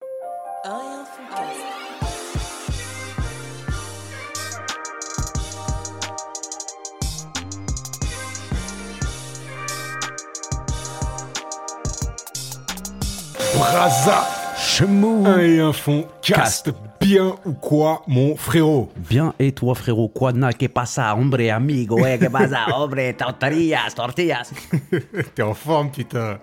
Orient Ah. Foodcast. Braza, Chemou et un fond cast. Bien ou quoi, mon frérot Bien, et toi, frérot, quoi na, que pasa, hombre, amigo, eh, que pasa, hombre, tortillas, tortillas. T'es en forme, putain.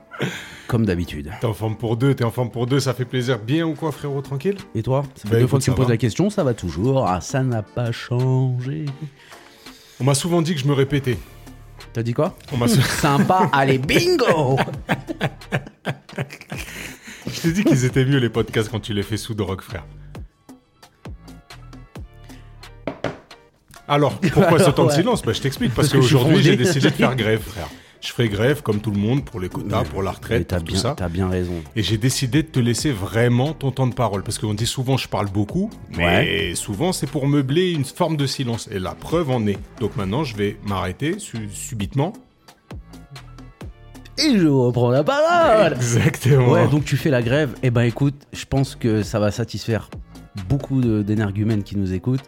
Comme d'habitude. T'es en forme pour deux, t'es en forme pour deux, ça fait plaisir. Bien ou quoi, frérot, tranquille Et toi Ça fait Bah, deux écoute, fois que tu ça me poses va. la question, ça va toujours, ah, ça n'a pas changé. On m'a souvent dit que je me répétais. T'as dit quoi On m'a sou- Sympa, allez, bingo je t'ai dit qu'ils étaient mieux les podcasts quand tu les fais sous de rock, frère. Alors, pourquoi ce Alors, temps de ouais. silence Bah, je t'explique, parce, Parce que je suis qu'aujourd'hui, fondé. j'ai décidé de faire grève, frère. Je ferai grève, comme tout le monde, pour les quotas, pour la Mais retraite, Eh, T'as pour tout bien, ça. t'as bien raison. Et j'ai décidé de te laisser vraiment ton temps de parole. Parce qu'on dit souvent je parle beaucoup, mais souvent c'est pour meubler une forme de silence. Et la preuve en est. Donc maintenant je vais m'arrêter su- subitement. Et je reprends la parole Exactement. Ouais, donc tu fais la grève, et ben écoute, je pense que ça va satisfaire beaucoup de- d'énergumènes qui nous écoutent.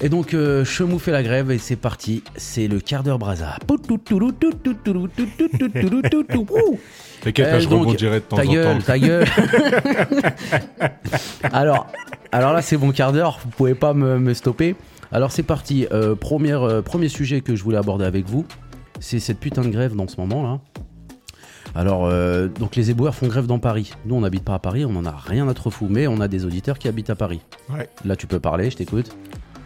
Et donc, euh, Chemou fait la grève et c'est parti, c'est le quart d'heure brasa. Ouh. T'inquiète, là, Euh, je donc, rebondirai de temps ta en gueule, temps. Ta gueule, alors, alors là, c'est mon quart d'heure, vous pouvez pas me, me stopper. Alors c'est parti, Euh, première, euh, premier sujet que je voulais aborder avec vous, c'est cette putain de grève dans ce moment-là. Alors, euh, donc les éboueurs font grève dans Paris. Nous, on n'habite pas à Paris, on n'en a rien à trop fou, mais on a des auditeurs qui habitent à Paris. Ouais. Là, tu peux parler, je t'écoute.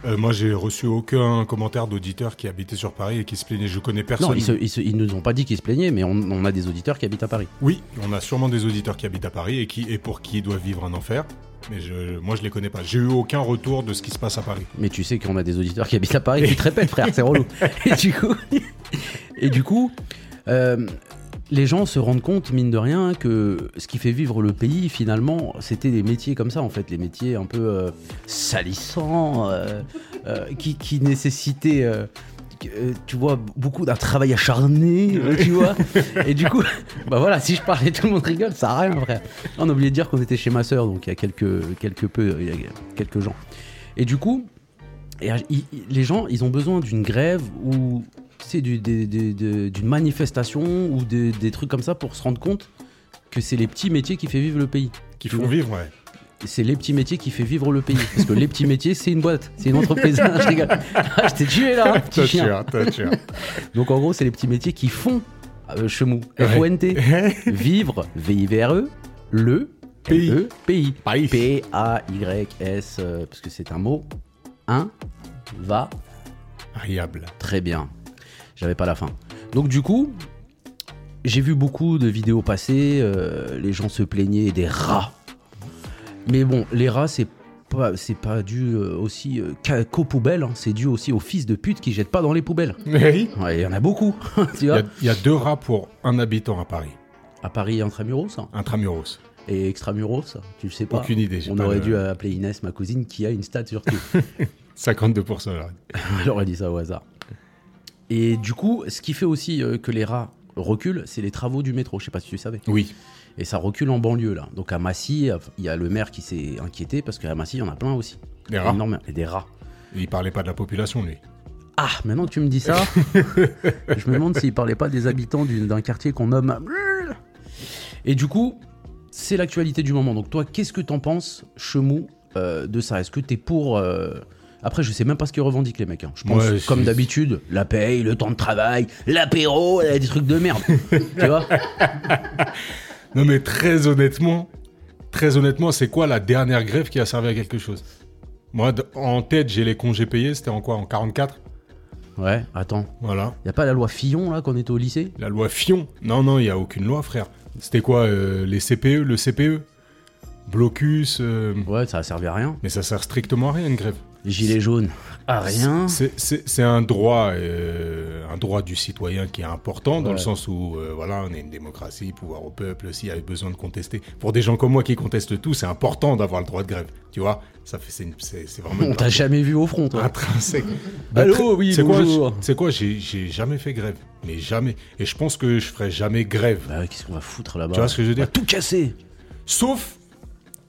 Euh, moi j'ai reçu aucun commentaire d'auditeur qui habitait sur Paris et qui se plaignait. Je connais personne. Non, ils, se- ils se- ils nous ont pas dit qu'ils se plaignaient, mais on, on a des auditeurs qui habitent à Paris. Oui, on a sûrement des auditeurs qui habitent à Paris et, qui, et pour qui ils doivent vivre un enfer. Mais je, moi je les connais pas. J'ai eu aucun retour de ce qui se passe à Paris. Mais tu sais qu'on a des auditeurs qui habitent à Paris qui te répètent, frère, c'est relou. Et du coup, et du coup euh, les gens se rendent compte, mine de rien, que ce qui fait vivre le pays, finalement, c'était des métiers comme ça, en fait, les métiers un peu euh, salissants, euh, euh, qui, qui nécessitaient. euh, que- euh, tu vois beaucoup d'un travail acharné euh, tu vois et du coup bah voilà si je parlais tout le monde rigole ça a rien frère on a oublié de dire qu'on était chez ma sœur donc il y a quelques quelques peu euh, il y a quelques gens et du coup, et, i- i- les gens, ils ont besoin d'une grève ou tu sais, du- des- des- des- d'une manifestation ou des, des trucs comme ça pour se rendre compte que c'est les petits métiers qui fait vivre le pays. Qui font vivre, ouais. Et C'est les petits métiers qui fait vivre le pays. Parce que les petits métiers, c'est une boîte, c'est une entreprise. je rigole. Ah, je t'ai tué là, hein, petit Toi, tu chien. as, toi, tu as. Donc en gros, c'est les petits métiers qui font euh, chemou, Ouais. F-O-N-T. Vivre, V-I-V-R-E, E, le, Pays. L-E, pays. Paris. P-A-Y-S, euh, parce que c'est un mot. Un, va, Riable. Très bien. J'avais pas la fin. Donc du coup, j'ai vu beaucoup de vidéos passer, euh, les gens se plaignaient des rats. Mais bon, les rats, c'est pas, c'est pas dû euh, aussi euh, qu'à- qu'aux poubelles, hein. c'est dû aussi aux fils de pute qui jettent pas dans les poubelles. Oui. Ouais, il y en a beaucoup, Il tu y vois. a- il y, a deux rats pour un habitant à Paris. À Paris, intramuros hein, Intramuros. et extramuros, tu le sais pas. Aucune idée. j'ai On pas aurait de- dû appeler Inès, ma cousine, qui a une stat sur tout. 52%. là. Elle aurait dit ça au hasard. Et du coup, ce qui fait aussi euh, que les rats reculent, c'est les travaux du métro. Je sais pas si tu savais. Oui. Et ça recule en banlieue, là. Donc à Massy, il y a le maire qui s'est inquiété parce qu'à Massy, il y en a plein aussi. Les rats. Énorme. Et des rats. Il parlait pas de la population, lui. Ah, maintenant que tu me dis ça, je me demande s'il parlait pas des habitants d'une- d'un quartier qu'on nomme. Et du coup, c'est l'actualité du moment. Donc toi, qu'est-ce que t'en penses, Chemou, euh, de ça Est-ce que t'es pour. euh, Après, je sais même pas ce qu'ils revendiquent, les mecs. hein. Je pense, Ouais, comme c'est- d'habitude, la paye, le temps de travail, l'apéro, euh, des trucs de merde. tu vois Non, mais très honnêtement, très honnêtement, c'est quoi la dernière grève qui a servi à quelque chose Moi, de- en tête, j'ai les congés payés. C'était en quoi En 44 Ouais, attends. Voilà. Y a pas la loi Fillon, là, qu'on était au lycée La loi Fion. Non, non, il n'y a aucune loi, frère. C'était quoi euh, Les CPE Le CPE Blocus euh, Ouais, ça a servi à rien. Mais ça sert strictement à rien, une grève. Gilet jaune. Ah, rien. C'est- C'est c'est un droit, euh, un droit du citoyen qui est important dans Ouais. le sens où, euh, voilà, on est une démocratie, pouvoir au peuple. S'il y avait besoin de contester, pour des gens comme moi qui contestent tout, c'est important d'avoir le droit de grève. Tu vois, ça fait, c'est une- c'est c'est vraiment On une t'a jamais vu au front, toi. intrinsèque. Allô, oui, c'est quoi bonjour. je- C'est quoi J'ai j'ai jamais fait grève, mais jamais. Et je pense que je ferai jamais grève. Bah, qu'est-ce qu'on va foutre là-bas Tu vois ce que je veux On va dire tout casser Sauf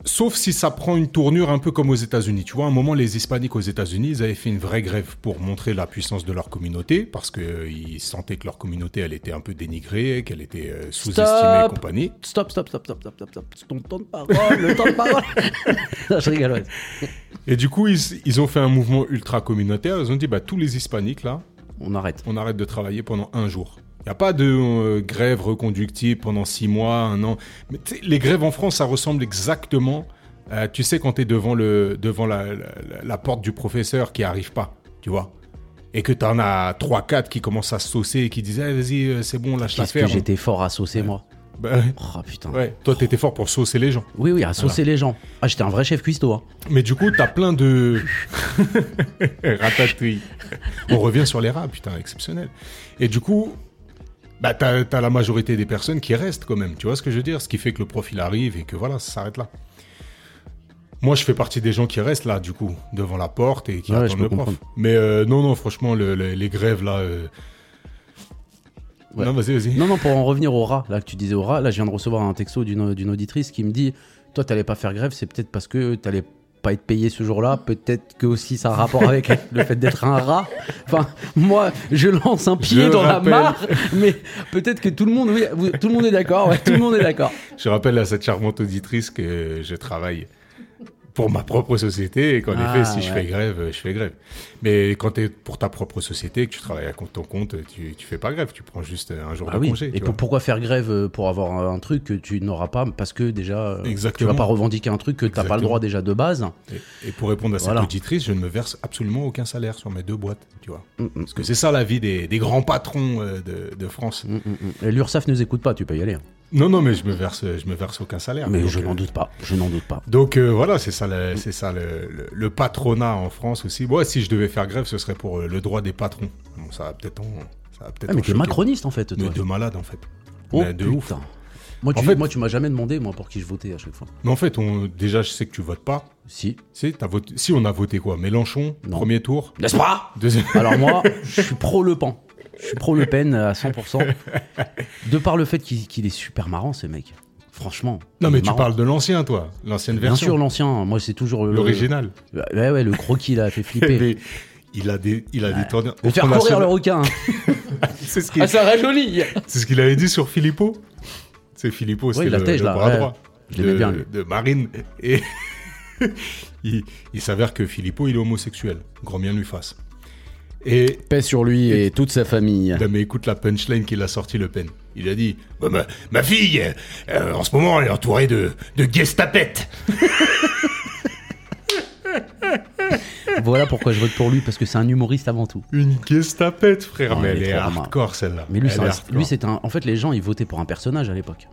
Sauf si ça prend une tournure un peu comme aux États-Unis. Tu vois, à un moment, les Hispaniques aux États-Unis, ils avaient fait une vraie grève pour montrer la puissance de leur communauté, parce qu'ils sentaient que leur communauté, elle était un peu dénigrée, qu'elle était euh, sous-estimée et Stop. compagnie. Stop, stop, stop, stop, stop, stop, stop. Ton temps de parole, Oh, le temps de parole. Non, je rigole, ouais. Et du coup, ils, ils ont fait un mouvement ultra communautaire. Ils ont dit, bah, tous les Hispaniques, là, On arrête. on arrête de travailler pendant un jour. Il n'y a pas de euh, grève reconductible pendant six mois, un an. Mais tu sais, les grèves en France, ça ressemble exactement. euh, tu sais, quand tu es devant, le, devant la, la- la- la porte du professeur qui arrive pas, tu vois. Et que tu en as 3-4 qui commencent à se saucer et qui disent Eh, Vas-y, euh, c'est bon, lâche Qu'est-ce que l'affaire. j'étais fort à saucer, moi. Bah, hein. ouais. Oh putain. Ouais. Toi, t'étais fort pour saucer les gens. Oui, oui, à saucer les gens. Ah, j'étais un vrai chef cuistot. hein. Mais du coup, t'as plein de. Ratatouille. On revient sur les rats, putain, exceptionnel. Et du coup, bah, t'as t'as la majorité des personnes qui restent quand même. Tu vois ce que je veux dire Ce qui fait que le profil arrive et que voilà, ça s'arrête là. Moi, je fais partie des gens qui restent là, du coup, devant la porte et qui Ouais, je attendent peux le prof. comprendre. Mais euh, non, non, franchement, le- le- les grèves là. euh, Ouais. Non, vas-y, vas-y. Non, non, pour en revenir au rat, là que tu disais au rat, là je viens de recevoir un texto d'une d'une auditrice qui me dit Toi, t'allais pas faire grève, c'est peut-être parce que t'allais pas être payé ce jour-là, peut-être que aussi ça a un rapport avec le fait d'être un rat. Enfin, moi, je lance un pied Je dans rappelle. la mare, mais peut-être que tout le monde, oui, vous- tout le monde est d'accord, ouais, tout le monde est d'accord. Je rappelle à cette charmante auditrice que je travaille pour ma propre société et qu'en Ah, effet, si je ouais. fais grève, je fais grève. Mais quand tu es pour ta propre société, que tu travailles à ton compte, tu, tu fais pas grève, tu prends juste un jour Ah de oui. congé. Et tu pour- vois. pourquoi faire grève euh, pour avoir un- un truc que tu n'auras pas Parce que déjà, euh, tu Exactement. vas pas revendiquer un truc que t'as pas le Exactement. droit déjà de base. Et, et pour répondre à cette Voilà. auditrice, je ne me verse absolument aucun salaire sur mes deux boîtes, tu vois. Mm, Parce que c'est ça la vie des, des grands patrons euh, de, de France. Mm, mm, mm. Et l'URSAF nous écoute pas, tu peux y aller. hein. Non, non, mais je me verse, je me verse aucun salaire. Mais Donc, je euh, n'en doute pas, je n'en doute pas. Ah, Donc euh, voilà, c'est ça, le, c'est ça le, le- le patronat en France aussi. Moi, si je devais faire grève, ce serait pour euh, le droit des patrons. Bon, ça va peut-être en, ça va peut-être. Ah, en mais t'es choquer. macroniste en fait, toi. Mais de malade en fait. Oh, Mais de putain. ouf. Moi, tu, En fait- moi, tu m'as jamais demandé, moi, pour qui je votais à chaque fois. Mais en fait, on, déjà, je sais que tu votes pas. Si. Si, t'as voté, si on a voté quoi Mélenchon, Non. premier tour. N'est-ce pas Deuxième. Alors moi, je suis pro Le Pen. Je suis pro Le Pen à 100%. De par le fait qu'il qu'il est super marrant, ce mec. Franchement. Non il mais est tu marrant. parles de l'ancien toi, l'ancienne Bien sûr, version, l'ancien. Moi, c'est toujours le- l'original. Bah, Ouais, ouais, le croquis, là, a fait flipper. Mais il a des, il a des tournures. Le faire Au Front courir le National- requin. hein. C'est ce qu'il, Ah, ça reste joli. c'est ce qu'il avait dit sur Philippot. C'est Philippot, c'est il a le, têche, le là, bras ouais. droit Je l'aimais de, bien, lui. de Marine. Et il, il s'avère que Philippot, il est homosexuel. Grand bien lui fasse. Et Paix sur lui et toute sa famille. non, mais écoute la punchline qu'il a sorti Le Pen. Il a dit Bah, ma, ma fille, euh, en ce moment, elle est entourée de, de gestapettes. Voilà pourquoi je vote pour lui, parce que c'est un humoriste avant tout. Une gestapette, frère. Ouais, mais elle elle est est trop marrante. hardcore, celle-là. Mais lui, Elle c'est est un- hardcore. lui, c'est un. En fait, les gens, ils votaient pour un personnage à l'époque.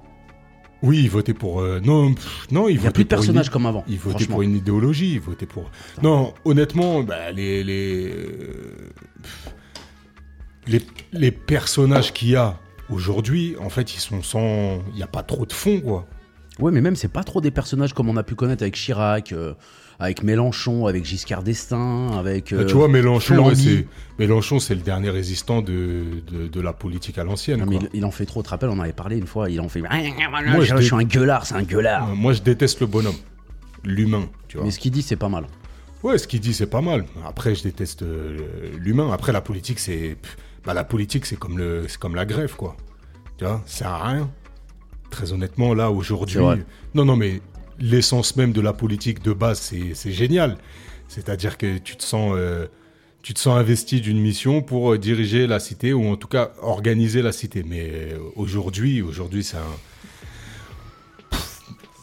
Oui, il votait pour. euh, non, pff, non, il, Il n'y a plus de personnage personnage comme avant. Il votait franchement. pour une idéologie, il votait pour. Non, honnêtement, bah, les les euh, pff, les, les personnages qu'il y a aujourd'hui, en fait, ils sont sans. Il n'y a pas trop de fond, quoi. Ouais, mais même, c'est pas trop des personnages comme on a pu connaître avec Chirac, euh, avec Mélenchon, avec Giscard d'Estaing, avec. Bah, euh, tu vois, Mélenchon, Flamby. ouais, c'est Mélenchon, c'est le dernier résistant de de, de la politique à l'ancienne. Non, Ah, mais quoi. il, il en fait trop, tu te rappelles, on en avait parlé une fois, il en fait. Moi, je, je suis un gueulard, c'est un gueulard. Euh, Moi, je déteste le bonhomme, l'humain. Tu vois. Mais ce qu'il dit, c'est pas mal. Ouais, ce qu'il dit, c'est pas mal. Après, je déteste euh, l'humain. Après, la politique, c'est. pff, Bah, la politique, c'est comme, le... c'est comme la grève, quoi. Tu vois, ça sert à rien. Très honnêtement, là, aujourd'hui. C'est vrai. Non, non, mais l'essence même de la politique de base, c'est, c'est génial. C'est-à-dire que tu te sens. euh, Tu te sens investi d'une mission pour euh, diriger la cité ou en tout cas organiser la cité. Mais euh, aujourd'hui, aujourd'hui, c'est un,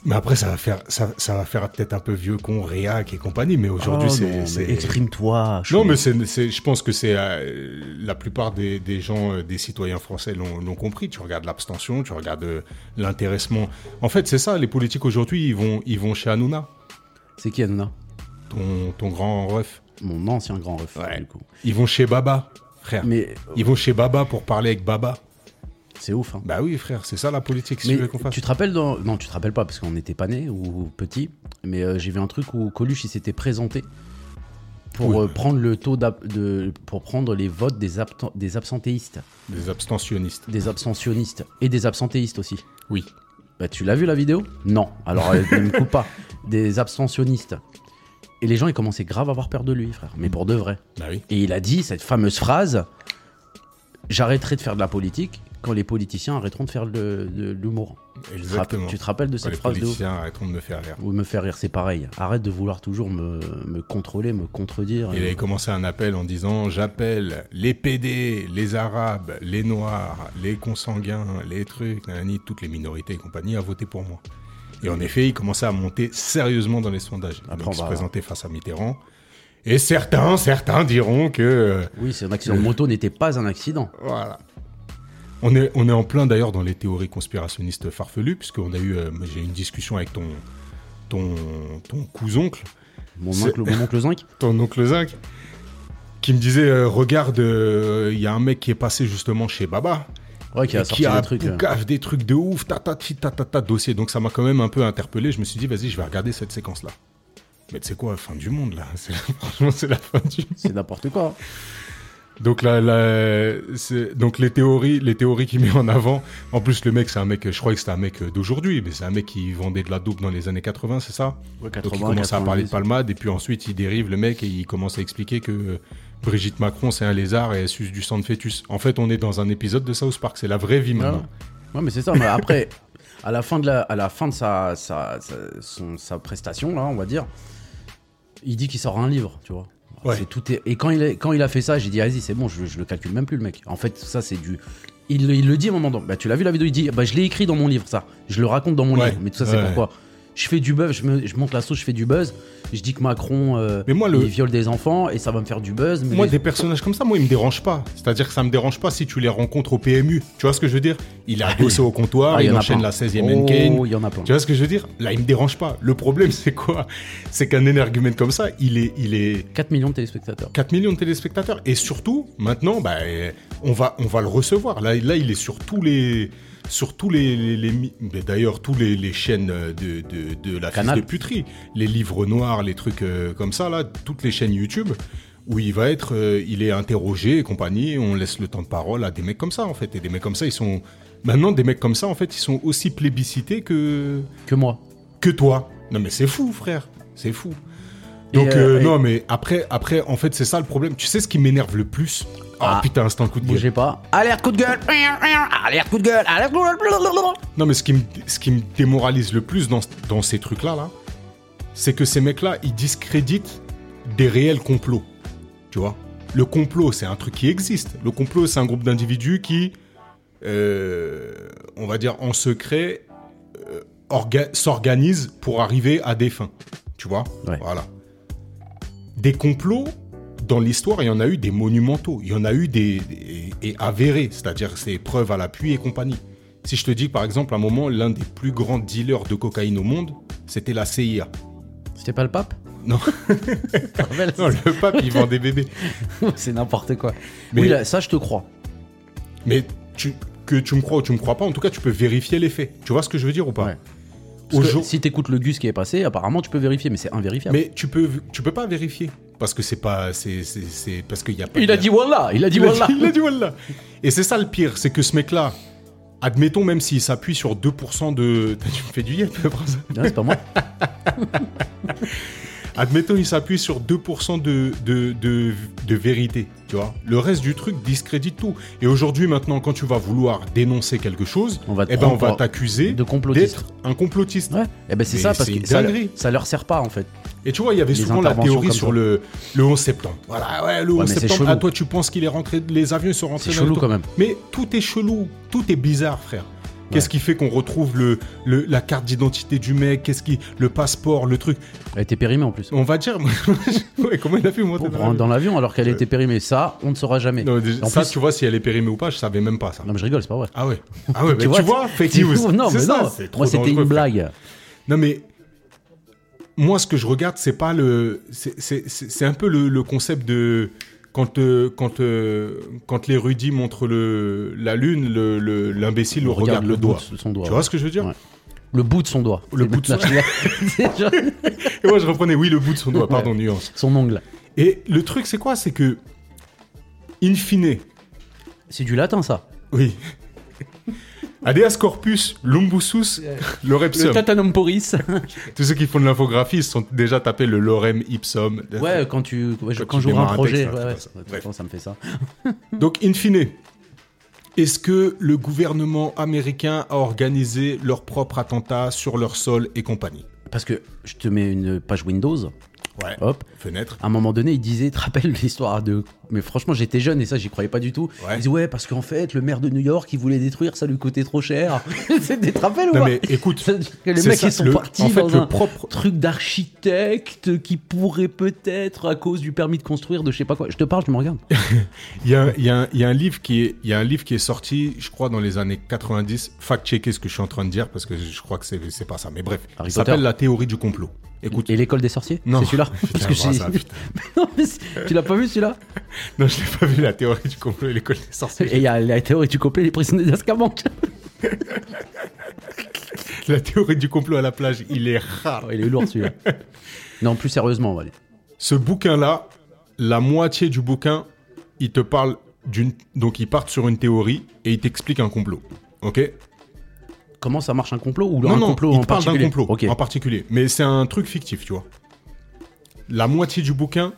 mais après, ça va faire, ça, ça va faire peut-être un peu vieux con, réac et compagnie, mais aujourd'hui, Oh, non, c'est. mais c'est- Exprime-toi. je- Non, mais c'est- c'est- je pense que c'est euh, la plupart des, des gens, euh, des citoyens français l'ont l'ont compris. Tu regardes l'abstention, tu regardes euh, l'intéressement. En fait, c'est ça, les politiques aujourd'hui, ils vont, ils vont chez Hanouna, C'est qui, Hanouna ton, ton grand ref. Mon ancien grand ref, Ouais. du coup. Ils vont chez Baba, frère. Mais euh, Ils vont chez Baba pour parler avec Baba. c'est ouf, hein. Bah oui, frère, c'est ça la politique, si Mais tu veux qu'on fasse. tu te rappelles dans... Non, tu te rappelles pas parce qu'on n'était pas nés ou petits, mais euh, j'ai vu un truc où Coluche il s'était présenté pour Oui. euh, prendre le taux d'ab- de pour prendre les votes des, abten- des absentéistes, Des abstentionnistes. des abstentionnistes et des absentéistes aussi. Oui. Bah tu l'as vu la vidéo Non. Alors elle ne me coupe pas. des abstentionnistes. Et les gens, ils commençaient grave à avoir peur de lui, frère. Mais pour de vrai. Bah oui. Et il a dit cette fameuse phrase J'arrêterai de faire de la politique quand les politiciens arrêteront de faire de, de l'humour. Tu te rappelles- Exactement. Tu te rappelles de Quand cette les phrase de ouf politiciens arrêteront de me faire rire. Ou me faire rire, c'est pareil. Arrête de vouloir toujours me, me contrôler, me contredire. Il avait commencé un appel en disant J'appelle les PD, les Arabes, les Noirs, les consanguins, les trucs, nanani, toutes les minorités et compagnie à voter pour moi. Et en effet, il commençait à monter sérieusement dans les sondages. Après, Donc, on il se va- présentait face à Mitterrand. Et certains, certains diront que. euh, Oui, c'est un accident. Moto n'était pas un accident. Voilà. On est, on est en plein d'ailleurs dans les théories conspirationnistes farfelues, puisqu'on a eu. euh, moi, J'ai eu une discussion avec ton. ton. ton cousoncle. Mon C'est- oncle, mon oncle Zinc ton oncle Zinc, qui me disait euh, Regarde, euh, il y a un mec qui est passé justement chez Baba, Ouais, qui a et sorti qui a des trucs. euh. boucave des trucs de ouf, ta ta ta ta ta, ta, dossier. Donc ça m'a quand même un peu interpellé. Je me suis dit Vas-y, je vais regarder cette séquence-là. Mais tu sais quoi, fin du monde là. C'est- Franchement, c'est la fin du C'est n'importe quoi. donc là, là, c'est- donc les théories, les théories qu'il met en avant. En plus, le mec, c'est un mec. Je croyais que c'était un mec euh, d'aujourd'hui, mais c'est un mec qui vendait de la dope dans les années 80, c'est ça Ouais, Donc 80, il commence à parler 90. de palmade et puis ensuite il dérive le mec et il commence à expliquer que euh, Brigitte Macron c'est un lézard et elle suce du sang de fœtus. En fait, on est dans un épisode de South Park, c'est la vraie vie Ouais, maintenant. Ouais, mais c'est ça. Mais après, à la fin de, la, à la fin de sa, sa, sa, son- sa prestation, là, on va dire, il dit qu'il sort un livre, tu vois. Ouais. C'est tout est- Et quand il, est- quand il a fait ça, j'ai dit, vas-y, c'est bon, je, je le calcule même plus, le mec. En fait, ça, c'est du. Il, il le dit à un moment donné. Bah, tu l'as vu la vidéo, il dit, bah, je l'ai écrit dans mon livre, ça. Je le raconte dans mon Ouais. livre. Mais tout ça, c'est Ouais. pourquoi je fais du buzz, je, me- je monte la sauce, je fais du buzz. Je dis que Macron, euh, Mais moi, le- il viole des enfants et ça va me faire du buzz. Mais Moi, les- des personnages comme ça, moi, ils me dérangent pas. C'est-à-dire que ça me dérange pas si tu les rencontres au PMU. Tu vois ce que je veux dire Il a bossé au comptoir, Ah, il y il en a enchaîne plein. la 16e Oh, N-Kane. il y en a plein. Tu vois ce que je veux dire Là, il me dérange pas. Le problème, c'est quoi C'est qu'un énergumène comme ça, il est, il est 4 millions de téléspectateurs. 4 millions de téléspectateurs. Et surtout, maintenant, bah, euh, on, va, on va le recevoir. Là, là, il est sur tous les. Sur tous les. les- les mi- mais D'ailleurs, tous les, les chaînes euh, de, de, de la fille Canal. de puterie. Les livres noirs, les trucs euh, comme ça, là. Toutes les chaînes YouTube. Où il va être. euh, il est interrogé et compagnie. On laisse le temps de parole à des mecs comme ça, en fait. Et des mecs comme ça, ils sont. Maintenant, des mecs comme ça, en fait, ils sont aussi plébiscités que Que moi. que toi. Non mais c'est fou, frère. C'est fou. Donc Et, euh, euh, et- non mais après après en fait c'est ça le problème. Tu sais ce qui m'énerve le plus Ah Ah. putain c'est un coup de gueule. Bougez pas. Alerte coup de gueule. Alerte coup de gueule. Alerte coup de gueule. Non mais ce qui me ce qui me démoralise le plus dans dans ces trucs là là, c'est que ces mecs là ils discréditent des réels complots. Tu vois. Le complot c'est un truc qui existe. Le complot c'est un groupe d'individus qui euh, on va dire en secret euh, orga- s'organisent pour arriver à des fins. Tu vois Ouais. Voilà. Des complots, dans l'histoire, il y en a eu des monumentaux. Il y en a eu des. des- et avérés, c'est-à-dire c'est preuves à l'appui et compagnie. Si je te dis, par exemple, à un moment, l'un des plus grands dealers de cocaïne au monde, c'était la CIA. C'était pas le pape Non. Non, le pape, il vend des bébés. C'est n'importe quoi. Mais- Oui, là, ça, je te crois. Mais tu, que tu me crois ou tu me crois pas, en tout cas, tu peux vérifier les faits. Tu vois ce que je veux dire ou pas Ouais. Parce que Aujourd- si t'écoutes le Gus qui est passé, apparemment, tu peux vérifier, mais c'est invérifiable. Mais tu peux, tu peux pas vérifier. Parce que c'est pas. c'est- c'est- C'est parce qu'il y a pas. Il a dit Wallah. Il a dit Il a Wallah. dit- il a dit Wallah. Et c'est ça le pire, c'est que ce mec-là, admettons même s'il s'appuie sur 2% de... Tu me fais du yep, Braza. Non, c'est pas moi. Admettons il s'appuie sur 2% de, de, de, de vérité, tu vois. Le reste du truc discrédite tout. Et aujourd'hui, maintenant, quand tu vas vouloir dénoncer quelque chose, On va te eh ben, on prendre va pour- t'accuser de complotiste. d'être un complotiste. Ouais. Et ben, c'est Mais ça, parce c'est que une ça, dinguerie. ça leur sert pas, en fait. Et tu vois, il y avait Les souvent la interventions théorie comme sur ça. le, le 11 septembre. Voilà, ouais, le 11 mais c'est septembre. chelou. Ah, toi, tu penses qu'il est rentré, les avions ils sont rentrés C'est dans le chelou, tour- quand même. Mais tout est chelou, tout est bizarre, frère. Qu'est-ce qui fait qu'on retrouve le, le- la carte d'identité du mec Qu'est-ce qui le passeport, le truc Elle était périmée, en plus. On va dire, ouais, comment il a pu monter Pour dans rentrer l'avion dans l'avion, alors qu'elle Ouais. était périmée. Ça, on ne saura jamais. Non, déjà, en Ça, plus- tu vois, si elle est périmée ou pas, je savais même pas ça. Non, mais je rigole, c'est pas vrai. Ah ouais, ah ouais, mais tu, vois, vois, fake Tu news. trouves Non, C'est mais ça, non. c'est trop Moi, c'était dangereux, une frère. blague. Non mais moi ce que je regarde c'est pas le c'est- c'est c'est- c'est un peu le, le concept de quand euh, quand euh, quand les rudis montrent le la lune le- le- l'imbécile le, On regarde, le doigt. bout de son doigt. Tu vois ce que je veux dire Ouais. Le bout de son doigt. Le bout de son- doigt. Et moi je reprenais oui le bout de son doigt pardon nuance. Son ongle. Et le truc c'est quoi c'est que in fine C'est du latin, ça. oui Adeas corpus, lumbusus, lorem Le ipsum. tatanum poris. Tous ceux qui font de l'infographie ils se sont déjà tapés le lorem ipsum. ouais, quand tu, ouais, je- Quand quand, tu j'ouvre démarres un un projet, texte, ouais, là, ouais, c'est de toute Bref. façon, ça me fait ça. Donc, in fine, est-ce que le gouvernement américain a organisé leur propre attentat sur leur sol et compagnie Parce que je te mets une page Windows, Ouais. hop. Fenêtre. À un moment donné, il disait, tu te rappelles l'histoire de. Mais franchement, j'étais jeune et ça, j'y croyais pas du tout. Ouais. Il disait, ouais, parce qu'en fait, le maire de New York, il voulait détruire, ça lui coûtait trop cher. C'est des rappels ou Non, pas mais écoute, Les c'est mecs, ça, ils sont le- partis en fait, dans le un propre- truc d'architecte qui pourrait peut-être, à cause du permis de construire, de je sais pas quoi. Je te parle, tu me regardes. il y a, il y a un- il y a un livre qui est, il y a un livre qui est sorti, je crois, dans les années 90. Fact-checker ce que je suis en train de dire parce que je crois que c'est c'est pas ça. Mais bref, Harry il s'appelle Potter. La théorie du complot. Écoute, Et l'école des sorciers Non. C'est celui-là Putain, Parce que je vois j'ai- ça, putain. Non, mais c'est- tu l'as pas vu celui-là Mm. non, je n'ai pas vu La théorie du complot et l'école des sorciers. Et il y a la théorie du complet des prisonniers d'Azkaban. La théorie du complot à la plage, il est rare. Oh, il est lourd celui-là. non, plus sérieusement, allez. Ce bouquin-là, la moitié du bouquin, il te parle d'une. Donc, ils partent sur une théorie et ils t'expliquent un complot. Ok Comment ça marche un complot ou Non, un non, complot il en te parle d'un particulier complot Ok. en particulier. Mais c'est un truc fictif, tu vois. La moitié du bouquin,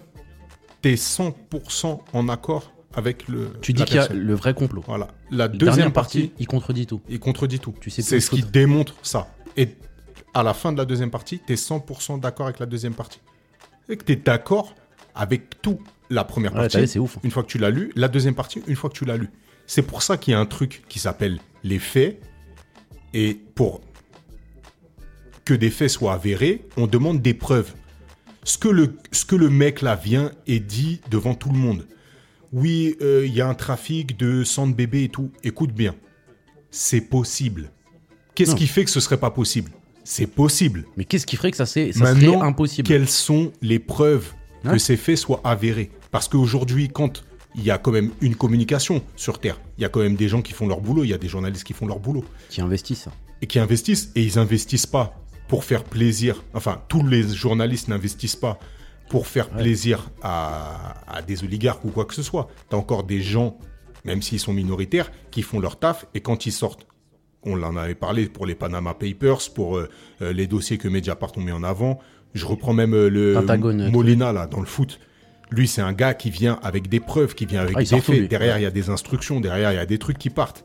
t'es 100% en accord avec le. Tu dis la qu'il y a personne. le vrai complot. Voilà. La La deuxième partie, il contredit tout. il contredit tout. Tu sais plus c'est où ce qui foutre. démontre ça. Et à la fin de la deuxième partie, t'es 100% d'accord avec la deuxième partie. Et que t'es d'accord avec tout la première Ouais, partie. t'as vu, c'est ouf. Une fois que tu l'as lu, la deuxième partie, une fois que tu l'as lu. C'est pour ça qu'il y a un truc qui s'appelle les faits. Et pour que des faits soient avérés, on demande des preuves. Ce que le, ce que le mec là vient et dit devant tout le monde. Oui, euh, il y a un trafic de sang de bébé et tout. Écoute bien. C'est possible. Qu'est-ce Non. qui fait que ce serait pas possible C'est possible. Mais qu'est-ce qui ferait que ça, c'est, ça Maintenant, serait impossible quelles sont les preuves que Ouais. ces faits soient avérés Parce qu'aujourd'hui, quand il y a quand même une communication sur Terre, il y a quand même des gens qui font leur boulot, il y a des journalistes qui font leur boulot Qui investissent et qui investissent, et ils investissent pas pour faire plaisir. Enfin, tous les journalistes n'investissent pas pour faire plaisir à, à des oligarques ou quoi que ce soit. T'as encore des gens, même s'ils sont minoritaires, qui font leur taf et quand ils sortent. On en avait parlé pour les Panama Papers, pour euh, euh, les dossiers que Mediapart ont mis en avant. Je reprends même euh, le Pentagone, M- euh, Molina là dans le foot. Lui, c'est un gars qui vient avec des preuves, qui vient avec Ah, il des sort tout, faits. lui. Derrière, il y a des instructions. Derrière, il y a des trucs qui partent.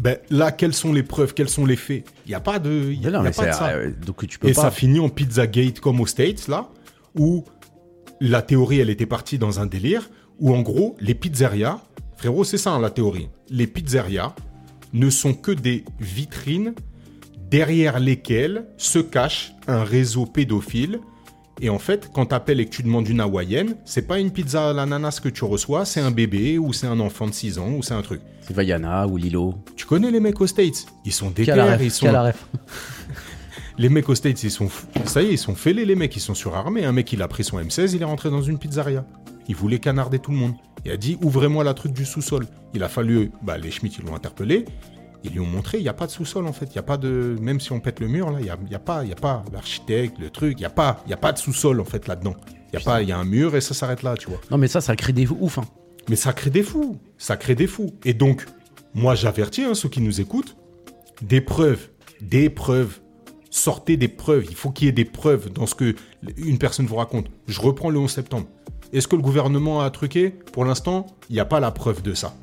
Ben, là, quelles sont les preuves, quels sont les faits Il n'y a pas de, y a- Mais non, y a mais pas de c'est- ça. euh, donc tu peux Et pas. ça finit en Pizzagate comme aux States, là, où la théorie, elle était partie dans un délire, où en gros, les pizzerias, frérot, c'est ça hein, la théorie, les pizzerias ne sont que des vitrines derrière lesquelles se cache un réseau pédophile. Et en fait, quand t'appelles et que tu demandes une hawaïenne, c'est pas une pizza à l'ananas que tu reçois, c'est un bébé ou c'est un enfant de 6 ans ou c'est un truc. C'est Vaiana ou Lilo. Tu connais les mecs aux States Ils sont Qui a la déterres, ils ref Qui a la sont... ref Les mecs aux States, ils sont... fou- Ça y est, ils sont fêlés, les mecs, ils sont surarmés. Un mec, il a pris son M16, il est rentré dans une pizzeria. Il voulait canarder tout le monde. Il a dit, ouvrez-moi la truc du sous-sol. Il a fallu... Bah, les Schmitt, ils l'ont interpellé. Ils lui ont montré, il n'y a pas de sous-sol, en fait. Il n'y a pas de... Même si on pète le mur, là, il n'y a, il y a pas... Il y a pas l'architecte, le truc. Il n'y a, pas... il y a pas de sous-sol, en fait, là-dedans. Il y a pas... Il y a un mur et ça s'arrête là, tu vois. Non, mais ça, ça crée des ouf. hein. Mais ça crée des fous, ça crée des fous. Et donc, moi j'avertis hein, ceux qui nous écoutent, des preuves, des preuves, sortez des preuves, il faut qu'il y ait des preuves dans ce que une personne vous raconte. Je reprends le 11 septembre. Est-ce que le gouvernement a truqué Pour l'instant, il n'y a pas la preuve de ça.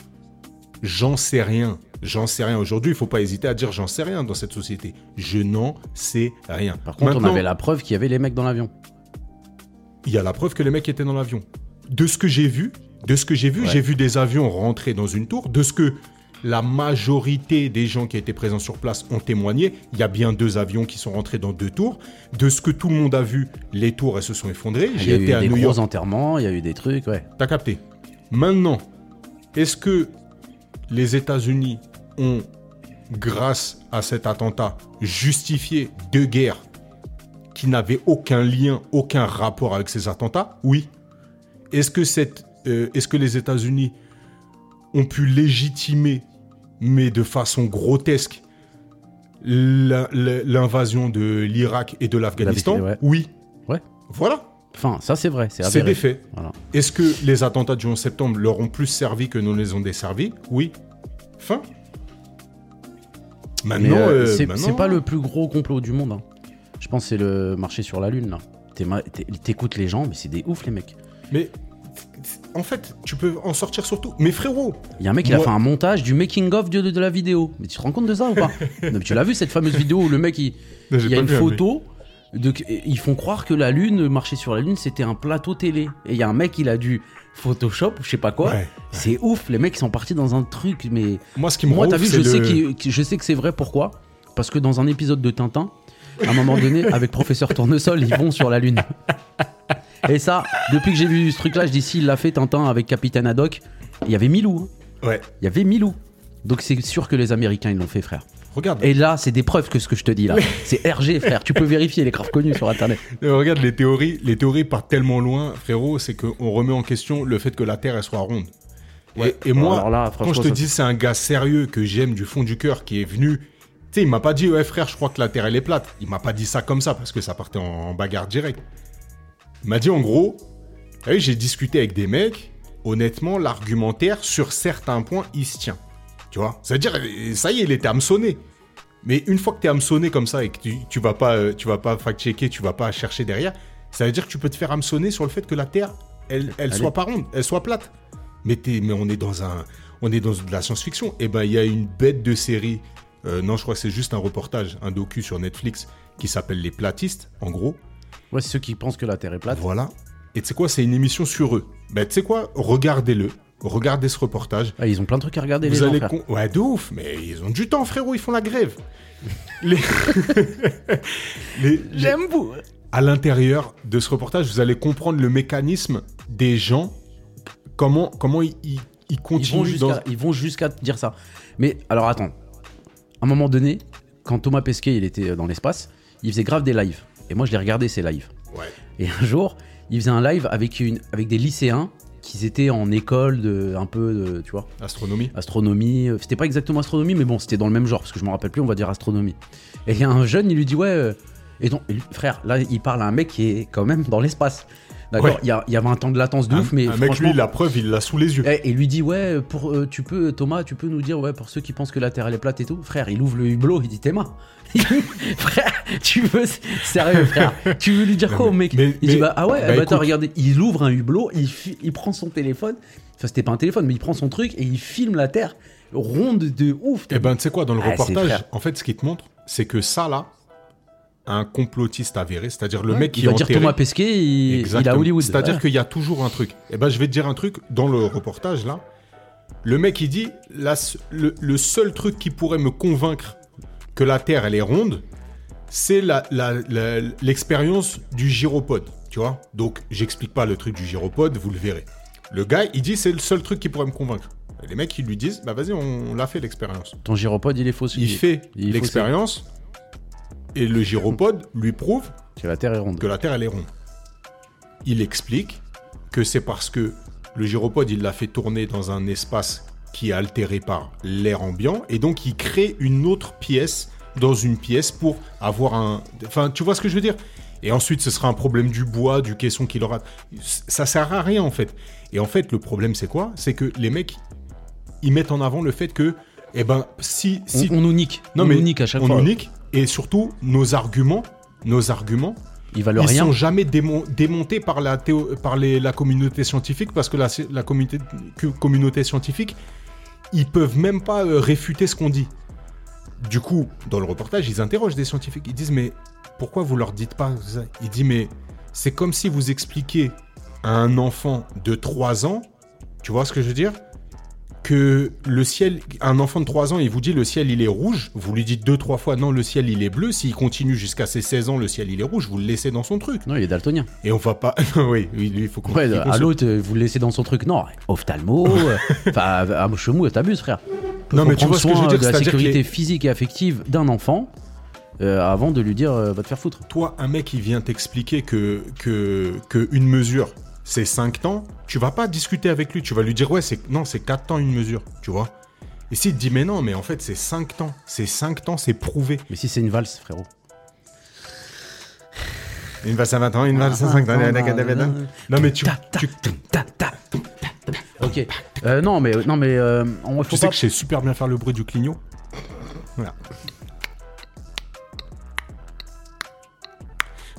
J'en sais rien. J'en sais rien. Aujourd'hui, il ne faut pas hésiter à dire j'en sais rien dans cette société. Je n'en sais rien. Par contre, Maintenant, on avait la preuve qu'il y avait les mecs dans l'avion. il y a la preuve que les mecs étaient dans l'avion. De ce que j'ai vu, de ce que j'ai vu, j'ai vu des avions rentrer dans une tour. De ce que la majorité des gens qui étaient présents sur place ont témoigné, il y a bien deux avions qui sont rentrés dans deux tours. De ce que tout le monde a vu, les tours elles se sont effondrées. Ah, Il y J'ai a été à eu des New gros York. enterrements, il y a eu des trucs, ouais. T'as capté. Maintenant, est-ce que les États-Unis ont, grâce à cet attentat, justifié deux guerres qui n'avaient aucun lien, aucun rapport avec ces attentats Oui. Est-ce que, cette, euh, est-ce que les États-Unis ont pu légitimer, mais de façon grotesque, la- la- l'invasion de l'Irak et de l'Afghanistan ouais. Oui. Ouais. Voilà. Enfin, ça, c'est vrai, c'est C'est avéré. des faits. Voilà. Est-ce que les attentats du 11 septembre leur ont plus servi que nous les ont desservis Oui. Fin. Mais, Maintenant, euh, euh, c'est maintenant- c'est pas le plus gros complot du monde. hein. Je pense que c'est le marché sur la lune là. T'es ma- t'es- T'écoutes les gens, mais c'est des ouf les mecs. Mais en fait, tu peux en sortir surtout. Mais frérot, Il y a un mec qui a Moi- fait un montage du making of de, de- de la vidéo. Mais tu te rends compte de ça ou pas Non, mais Tu l'as vu cette fameuse vidéo où le mec il, Non, j'ai il y a pas une vu, hein, photo. De, et ils font croire que la lune, marcher sur la lune, c'était un plateau télé. Et il y a un mec, il a du Photoshop, je sais pas mais- quoi. Ouais. C'est ouf, les mecs ils sont partis dans un truc, mais Moi, ce qui me Moi, rend t'as ouf, vu, je, c'est sais le- qu'il- qu'il- je sais que c'est vrai. Pourquoi Parce que dans un épisode de Tintin, à un moment donné, avec Professeur Tournesol, ils vont sur la Lune. Et ça, depuis que j'ai vu ce truc-là, je dis s'il l'a fait Tintin avec Capitaine Haddock, il y avait Milou. hein. Ouais. Il y avait Milou. Donc c'est sûr que les Américains, ils l'ont fait, frère. Regarde, Et là, c'est des preuves que ce que je te dis là. C'est RG, frère. Tu peux vérifier les graves connus sur Internet. euh, regarde les théories. Les théories partent tellement loin, frérot, c'est qu'on remet en question le fait que la Terre, elle soit ronde. Et- et moi, Alors là, Quand je franchement, te ça- dis c'est un gars sérieux que j'aime du fond du cœur qui est venu, tu sais, il m'a pas dit ouais frère, je crois que la terre elle est plate. Il m'a pas dit ça comme ça parce que ça partait en, en bagarre directe. Il m'a dit en gros, t'as vu, j'ai discuté avec des mecs, honnêtement, l'argumentaire sur certains points il se tient. Tu vois C'est-à-dire, euh, ça y est, il était hameçonné. Mais une fois que t'es hameçonné comme ça et que tu, tu vas pas, euh, tu vas pas fact-checker, tu vas pas chercher derrière, ça veut dire que tu peux te faire hameçonner sur le fait que la Terre, elle, elle Allez. soit pas ronde, elle soit plate. Mais, t'es- mais on est dans un, on est dans de la science-fiction. Et ben il y a une bête de série. euh, non, je crois que c'est juste un reportage, un docu sur Netflix qui s'appelle Les Platistes, en gros. Ouais, ceux qui pensent que la Terre est plate. Voilà. Et tu sais quoi, c'est une émission sur eux. Ben tu sais quoi, regardez-le, regardez ce reportage. Ah, ils ont plein de trucs à regarder. les Vous gens, allez frère. con- Ouais, de ouf, mais ils ont du temps, frérot, ils font la grève. Les- Les- les- J'aime vous. À l'intérieur de ce reportage, vous allez comprendre le mécanisme des gens, comment, comment ils, ils- ils Ils vont continuent jusqu'à dans... ils vont jusqu'à te dire ça. Mais alors attends, à un moment donné, quand Thomas Pesquet il était euh, dans l'espace, il faisait grave des lives. Et moi je les regardais ces lives. Ouais. Et un jour, il faisait un live avec, une, avec des lycéens qui étaient en école de un peu de, tu vois, Astronomie. astronomie. euh, C'était pas exactement astronomie, mais bon, c'était dans le même genre, parce que je me rappelle plus, on va dire astronomie. Et il y a un jeune, il lui dit, ouais. euh, et donc, et lui- frère, là, il parle à un mec qui est quand même dans l'espace. D'accord Ouais. Il y, a- il y avait un temps de latence de un, ouf, mais. un mec, franchement- Eh. lui, la preuve, il l'a sous les yeux. et, et lui dit ouais pour euh, tu peux Thomas tu peux nous dire ouais pour ceux qui pensent que la terre elle est plate et tout frère il ouvre le hublot il dit Théma frère tu veux sérieux frère tu veux lui dire quoi au mec mais- il mais- dit bah ah ouais bah, bah, attends écoute. regardez il ouvre un hublot il, fi- il prend son téléphone enfin c'était pas un téléphone mais il prend son truc et il filme la terre ronde de ouf Eh ben, tu sais quoi, dans le Ah, c'est reportage, frère. en fait, ce qu'il te montre, c'est que ça, là, un complotiste avéré, c'est-à-dire le mec qui il va est dire enterré- Thomas Pesquet il, il est à Exactement. Hollywood C'est-à-dire Ouais. qu'il y a toujours un truc. Et ben, je vais te dire un truc dans le reportage là. Le mec il dit la se- le, le seul truc qui pourrait me convaincre que la Terre elle est ronde, c'est la- la- la- l'expérience du gyropode. Tu vois Donc j'explique pas le truc du gyropode, vous le verrez. Le gars il dit c'est le seul truc qui pourrait me convaincre. Et les mecs ils lui disent bah vas-y on, on l'a fait l'expérience. ton gyropode il est faux Il fait il est faux, l'expérience et le gyropode lui prouve que la terre est ronde que la Terre elle est ronde. Il explique que c'est parce que le gyropode il l'a fait tourner dans un espace qui est altéré par l'air ambiant et donc il crée une autre pièce dans une pièce pour avoir un. Enfin, tu vois ce que je veux dire Et ensuite, ce sera un problème du bois, du caisson qu'il aura. Ça sert à rien en fait. Et en fait, le problème c'est quoi C'est que les mecs ils mettent en avant le fait que, eh ben, si on, si on nous nique on nous nique à chaque on fois nous nique. et surtout nos arguments, nos arguments il va le ils rien sont jamais démon- démontés par la théo- par les- la communauté scientifique parce que la, la communauté, que- communauté scientifique ils peuvent même pas euh, réfuter ce qu'on dit. Du coup, dans le reportage, ils interrogent des scientifiques. Ils disent mais pourquoi vous leur dites pas ça Ils disent mais c'est comme si vous expliquiez à un enfant de 3 ans, tu vois ce que je veux dire que le ciel, un enfant de 3 ans, il vous dit le ciel il est rouge, vous lui dites deux trois fois non le ciel il est bleu, s'il continue jusqu'à ses 16 ans le ciel il est rouge, vous le laissez dans son truc. non il est daltonien Et on va pas. oui, oui, lui, il faut qu'on. Ouais, il faut qu'on à se- l'autre, euh, vous le laissez dans son truc. Non, ophtalmo, euh, enfin, à Chemou, t'abuses, frère. Non, Faut mais tu prendre vois ce que je veux soin dire, de la c'est-à-dire que sécurité les- physique et affective d'un enfant euh, avant de lui dire euh, va te faire foutre. Toi, un mec qui vient t'expliquer que, que, que une mesure c'est 5 temps, tu vas pas discuter avec lui, tu vas lui dire ouais, c'est non, c'est 4 temps une mesure, tu vois. Et s'il te dit mais non, mais en fait c'est 5 temps, c'est 5 temps, c'est prouvé. Mais si c'est une valse, frérot. Une valse à 20 ans, une valse à 5 ans. Ah, ah, ah, Non, mais tu, Ta, ta, tu, ta, ta, ta. Ok. Euh, non, mais non, mais euh, on faut Tu sais pas- que je sais super bien faire le bruit du clignot. Voilà.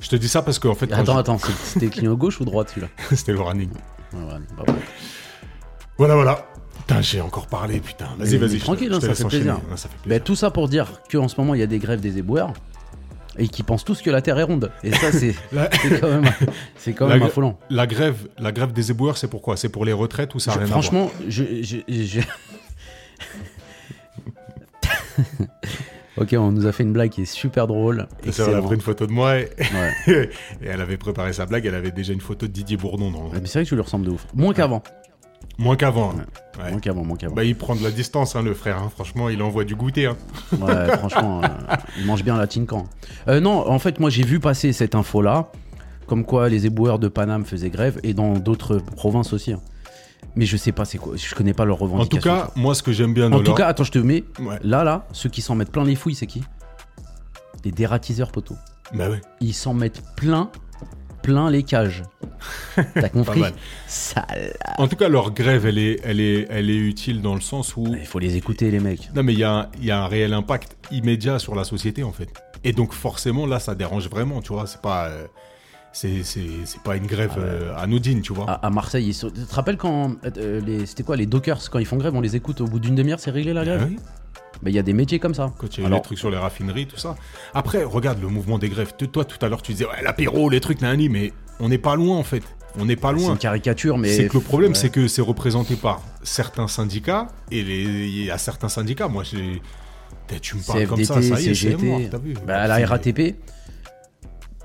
Je te dis ça parce que en fait, quand Attends, je- attends, c'est- c'était clignot gauche ou droite celui-là c'était le running. Ouais, ouais, pas vrai. Voilà, voilà. Putain, j'ai encore parlé, putain. Vas-y, Mais- vas-y. mais je te- tranquille, je hein, te ça laisse fait enchaîner. plaisir. Ouais, ça fait Ben, plaisir. tout ça pour dire qu'en ce moment il y a des grèves des éboueurs et qui pensent tous que la Terre est ronde. Et ça c'est La, c'est quand même, c'est quand La même gra- affolant. la grève, la grève des éboueurs, c'est pourquoi C'est pour les retraites ou ça a Je- rien à voir franchement, je. je- je- ok, on nous a fait une blague qui est super drôle. Ça, elle a Excellent. pris une photo de moi et, Ouais. et elle avait préparé sa blague. Elle avait déjà une photo de Didier Bourdon. Dans... Ah, Mais c'est vrai que tu lui ressembles de ouf. Moins qu'avant. Moins qu'avant. hein. Ouais. Moins qu'avant, moins qu'avant. Bah, il prend de la distance, hein, le frère. hein. Franchement, il envoie du goûter. hein. Ouais, franchement, euh, il mange bien la Tinkan. Euh, non, en fait, moi j'ai vu passer cette info-là, comme quoi les éboueurs de Paname faisaient grève et dans d'autres provinces aussi. hein. Mais je sais pas c'est quoi, je connais pas leurs En tout revendications. cas, moi, ce que j'aime bien dans en tout leur- cas, attends, je te mets Ouais. là, là, ceux qui s'en mettent plein les fouilles, c'est qui Les dératiseurs, poteau. Bah ouais. Ils s'en mettent plein, plein les cages. T'as compris mal. Sale. En tout cas, leur grève, elle est, elle est, elle est utile dans le sens où. Il faut les écouter, les mecs. Non, mais il y a, un- il y a un réel impact immédiat sur la société, en fait. Et donc, forcément, là, ça dérange vraiment, tu vois. C'est pas. euh, C'est c'est- c'est pas une Ah, grève euh, anodine, tu vois. À, à Marseille, ils sont... tu te rappelles quand euh, les... c'était quoi les dockers quand ils font grève, on les écoute au bout d'une demi-heure, c'est réglé la grève. Ah oui. Mais il y a des métiers comme ça. Quand il y a eu Alors, les trucs sur les raffineries, tout ça. Après, regarde le mouvement des grèves. Te- Toi, tout à l'heure, tu disais, ouais, l'apéro, les trucs, nani, mais on n'est pas loin, en fait. On n'est pas c'est loin. une caricature, mais C'est que le problème, Ouais. c'est que c'est représenté par certains syndicats et les- il y a certains syndicats. Moi, j'ai. Putain, Tu me parles Bah, comme CFDT, ça, ça y est, c'est CGT, mort, t'as vu bah, à la C'est- RATP.